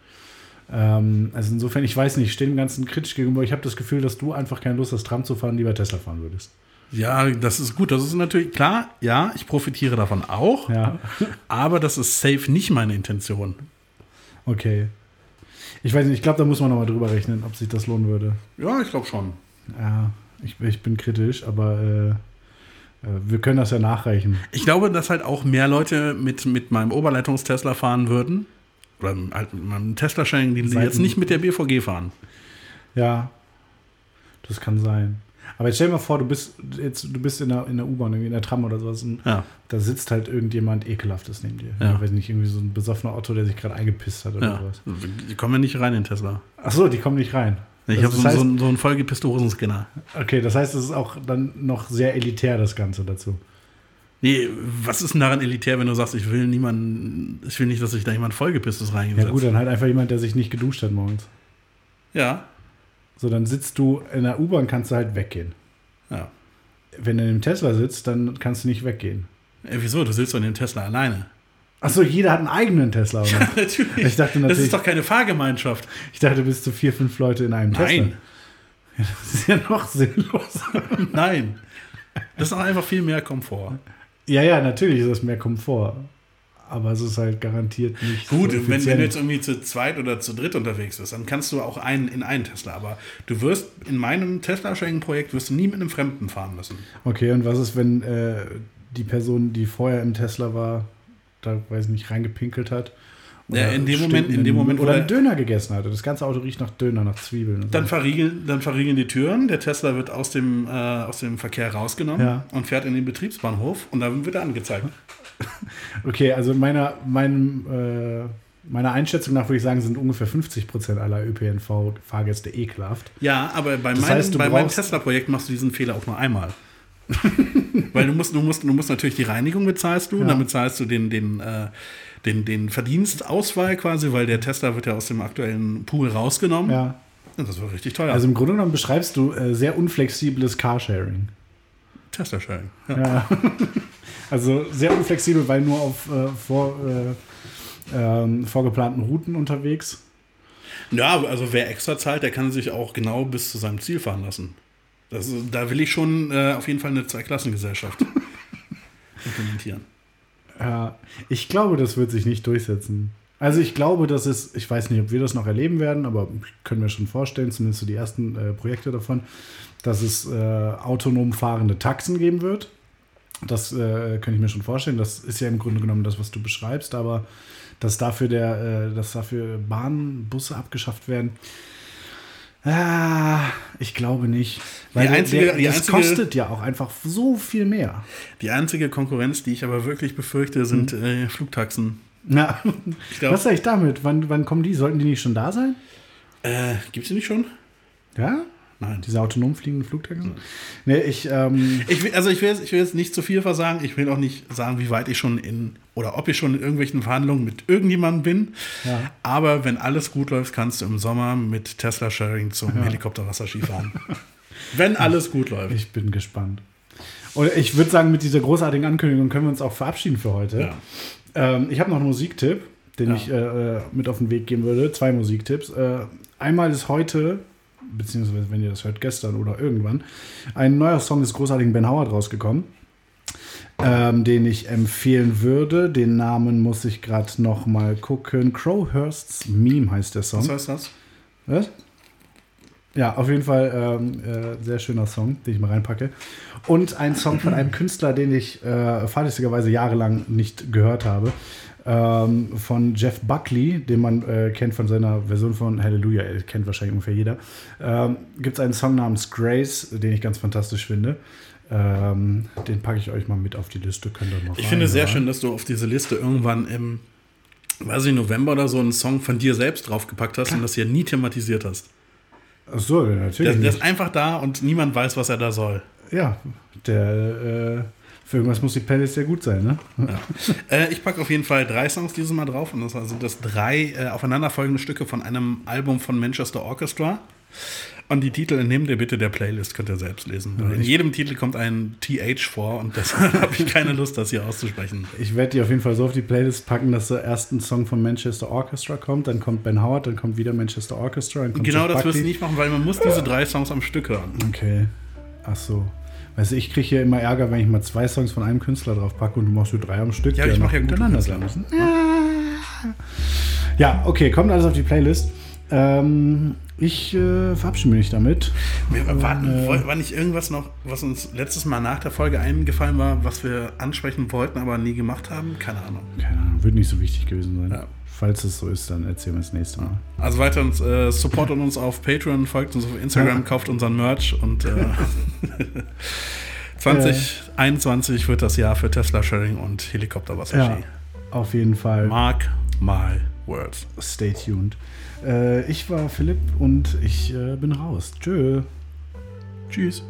B: Ähm, also insofern, ich weiß nicht, ich stehe dem Ganzen kritisch gegenüber. Ich habe das Gefühl, dass du einfach keine Lust hast, Tram zu fahren, lieber Tesla fahren würdest.
A: Ja, das ist gut. Das ist natürlich klar. Ja, ich profitiere davon auch.
B: Ja,
A: Aber das ist safe nicht meine Intention.
B: okay. Ich weiß nicht, ich glaube, da muss man nochmal drüber rechnen, ob sich das lohnen würde.
A: Ja, ich glaube schon.
B: Ja, ich, ich bin kritisch, aber äh, äh, wir können das ja nachreichen.
A: Ich glaube, dass halt auch mehr Leute mit, mit meinem Oberleitungstesla fahren würden. Oder halt mit meinem Tesla-Sharing, die
B: Seiten-
A: jetzt nicht mit der BVG fahren.
B: Ja, das kann sein. Aber jetzt stell dir mal vor, du bist jetzt, du bist in der, in der U-Bahn, irgendwie in der Tram oder sowas und
A: Ja.
B: da sitzt halt irgendjemand Ekelhaftes neben dir.
A: Ja.
B: Ich weiß nicht, irgendwie so ein besoffener Otto, der sich gerade eingepisst hat oder
A: ja.
B: sowas.
A: Die kommen ja nicht rein in Tesla.
B: Ach so, die kommen nicht rein.
A: Ich
B: Also
A: habe
B: das
A: so,
B: heißt,
A: so, einen- so einen vollgepissten Hosenscanner.
B: Okay, das heißt, es ist auch dann noch sehr elitär, das Ganze dazu.
A: Nee, was ist denn daran elitär, wenn du sagst, ich will niemanden, ich will nicht, dass sich da jemand vollgepisstes
B: Ja
A: reingesetzt
B: gut, äh- dann halt einfach jemand, der sich nicht geduscht hat morgens.
A: Ja,
B: So, dann sitzt du in der U-Bahn, kannst du halt weggehen.
A: ja.
B: Wenn du in dem Tesla sitzt, dann kannst du nicht weggehen.
A: Ey, wieso? Du sitzt doch in dem Tesla alleine.
B: Ach so, jeder hat einen eigenen
A: *laughs*
B: Tesla. Oder?
A: Natürlich.
B: Ich dachte
A: das
B: natürlich-
A: ist doch keine Fahrgemeinschaft. *laughs*
B: Ich dachte, bis zu vier, fünf Leute in einem Tesla.
A: Nein,
B: Das ist ja noch sinnlos.
A: nein. Das ist doch einfach viel mehr Komfort.
B: ja, ja, natürlich ist das mehr Komfort. Aber es ist halt garantiert nicht.
A: Gut,
B: so
A: wenn, wenn
B: effizient.
A: du jetzt irgendwie zu zweit oder zu dritt unterwegs bist, dann kannst du auch einen in einen Tesla. Aber du wirst in meinem Tesla-Sharing-Projekt wirst du nie mit einem Fremden fahren müssen.
B: Okay, und was ist, wenn äh, die Person, die vorher im Tesla war, da weiß ich nicht, reingepinkelt hat?
A: Ja, in dem
B: steht
A: Moment- in
B: einem-
A: dem Moment, wo
B: Oder
A: der-
B: einen Döner gegessen hat. Das ganze Auto riecht nach Döner, nach Zwiebeln. und so.
A: Dann verriegeln, dann verriegeln die Türen, der Tesla wird aus dem, äh, aus dem Verkehr rausgenommen
B: Ja.
A: und fährt in den Betriebsbahnhof und dann wird er angezeigt.
B: Okay, also meiner, meinem, äh, meiner Einschätzung nach würde ich sagen, sind ungefähr 50 Prozent aller ÖPNV-Fahrgäste ekelhaft.
A: Ja, aber bei
B: Das
A: meinem,
B: heißt, du
A: bei meinem
B: brauchst-
A: Tesla-Projekt machst du diesen Fehler auch nur einmal. *laughs* Weil du musst, du musst, du musst natürlich die Reinigung bezahlst du,
B: Ja.
A: dann bezahlst du den, den, äh, den, den Verdienstausfall quasi, weil der Tesla wird ja aus dem aktuellen Pool rausgenommen.
B: Ja.
A: Und das war richtig teuer.
B: Also
A: Also
B: im Grunde genommen beschreibst du äh, sehr unflexibles Carsharing.
A: Tesla-Sharing. Ja.
B: Ja. also sehr unflexibel, weil nur auf äh, vor, äh, ähm, vorgeplanten Routen unterwegs.
A: ja, also wer extra zahlt, der kann sich auch genau bis zu seinem Ziel fahren lassen. Das, ist- da will ich schon äh, auf jeden Fall eine *laughs* Zweiklassengesellschaft implementieren.
B: Ja, ich glaube, das wird sich nicht durchsetzen. Also ich glaube, das ist, ich weiß nicht, ob wir das noch erleben werden, aber können wir schon vorstellen, zumindest so die ersten äh, Projekte davon, dass es äh, autonom fahrende Taxen geben wird. Das äh, kann ich mir schon vorstellen. Das ist ja im Grunde genommen das, was du beschreibst, aber dass dafür der, äh, dass dafür Bahnen, Busse abgeschafft werden. Ah, ich glaube nicht. Weil
A: Die
B: der-
A: einzige-
B: der,
A: die
B: das
A: einzige-
B: kostet ja auch einfach so viel mehr.
A: Die einzige Konkurrenz, die ich aber wirklich befürchte, sind äh, Flugtaxen.
B: Na,
A: glaub-
B: was sag ich damit? Wann, wann kommen die? Sollten die nicht schon da sein?
A: Äh, gibt's die nicht schon?
B: Ja?
A: Nein.
B: Diese autonom fliegenden Flugtaxen? Nee, ich, ähm,
A: Ich will, also ich will, jetzt- ich will jetzt nicht zu viel versagen. Ich will auch nicht sagen, wie weit ich schon in oder ob ich schon in irgendwelchen Verhandlungen mit irgendjemandem bin.
B: Ja.
A: Aber wenn alles gut läuft, kannst du im Sommer mit Tesla Sharing zum Helikopterwasserski *laughs* fahren. wenn alles gut läuft.
B: ich bin gespannt. Und ich würde sagen, mit dieser großartigen Ankündigung können wir uns auch verabschieden für heute.
A: Ja.
B: Ähm, ich habe noch einen Musiktipp, den
A: Ja.
B: ich äh, äh, mit auf den Weg geben würde. Zwei Musiktipps. Äh, einmal ist heute, beziehungsweise wenn ihr das hört, gestern oder irgendwann, ein neuer Song des großartigen Ben Howard rausgekommen, ähm, den ich empfehlen würde. Den Namen muss ich gerade noch mal gucken. Crowhurst's Meme heißt der Song.
A: Was heißt das?
B: Was? Ja, auf jeden Fall ähm, äh, sehr schöner Song, den ich mal reinpacke. Und ein Song von einem Künstler, den ich äh, fahrlässigerweise jahrelang nicht gehört habe. Ähm, von Jeff Buckley, den man äh, kennt von seiner Version von Hallelujah, äh, kennt wahrscheinlich ungefähr jeder. Ähm, Gibt es einen Song namens Grace, den ich ganz fantastisch finde. Ähm, den packe ich euch mal mit auf die Liste, könnt ihr mal
A: Ich finde es sehr
B: reinhören.
A: schön, dass du auf diese Liste irgendwann im, weiß ich, November oder so einen Song von dir selbst draufgepackt hast und das hier nie thematisiert hast.
B: Ach so, natürlich.
A: Der, der
B: nicht.
A: ist einfach da und niemand weiß, was er da soll.
B: ja, der, äh, für irgendwas muss die Playlist sehr gut sein, ne?
A: Äh, ich packe auf jeden Fall drei Songs dieses Mal drauf. Und das sind das drei äh, aufeinanderfolgende Stücke von einem Album von Manchester Orchestra. Und die Titel entnehmt ihr bitte der Playlist, könnt ihr selbst lesen. Weil in jedem Titel kommt ein TH vor und deshalb *laughs* habe ich keine Lust, das hier auszusprechen.
B: Ich werde die auf jeden Fall so auf die Playlist packen, dass der erste Song von Manchester Orchestra kommt, dann kommt Ben Howard, dann kommt wieder Manchester Orchestra. Dann kommt
A: Genau
B: Jeff
A: das wirst
B: Buckley.
A: du nicht machen, weil man muss diese drei Songs am Stück hören.
B: Okay. Ach so. Weißt du, ich kriege hier immer Ärger, wenn ich mal zwei Songs von einem Künstler drauf packe und du machst nur drei am Stück.
A: Ja,
B: die
A: ich mach
B: noch
A: ja gute
B: hintereinander sein müssen. Ja, okay, kommt alles auf die Playlist. Ähm, ich äh, verabschiede mich damit.
A: Wir warten, woll- war nicht irgendwas noch, was uns letztes Mal nach der Folge eingefallen war, was wir ansprechen wollten, aber nie gemacht haben? Keine Ahnung.
B: Keine Ahnung, wird nicht so wichtig gewesen sein.
A: Ja.
B: Falls es so ist, dann erzählen wir es nächstes Mal.
A: Also weiter uns, äh, supportet uns auf Patreon, folgt uns auf Instagram, kauft unseren Merch und äh, 2021 wird das Jahr für Tesla Sharing und
B: Ja,
A: Helikopterwasserski.
B: auf jeden Fall.
A: Mark my words.
B: Stay tuned. Äh, ich war Philipp und ich äh, bin raus. Tschö.
A: Tschüss.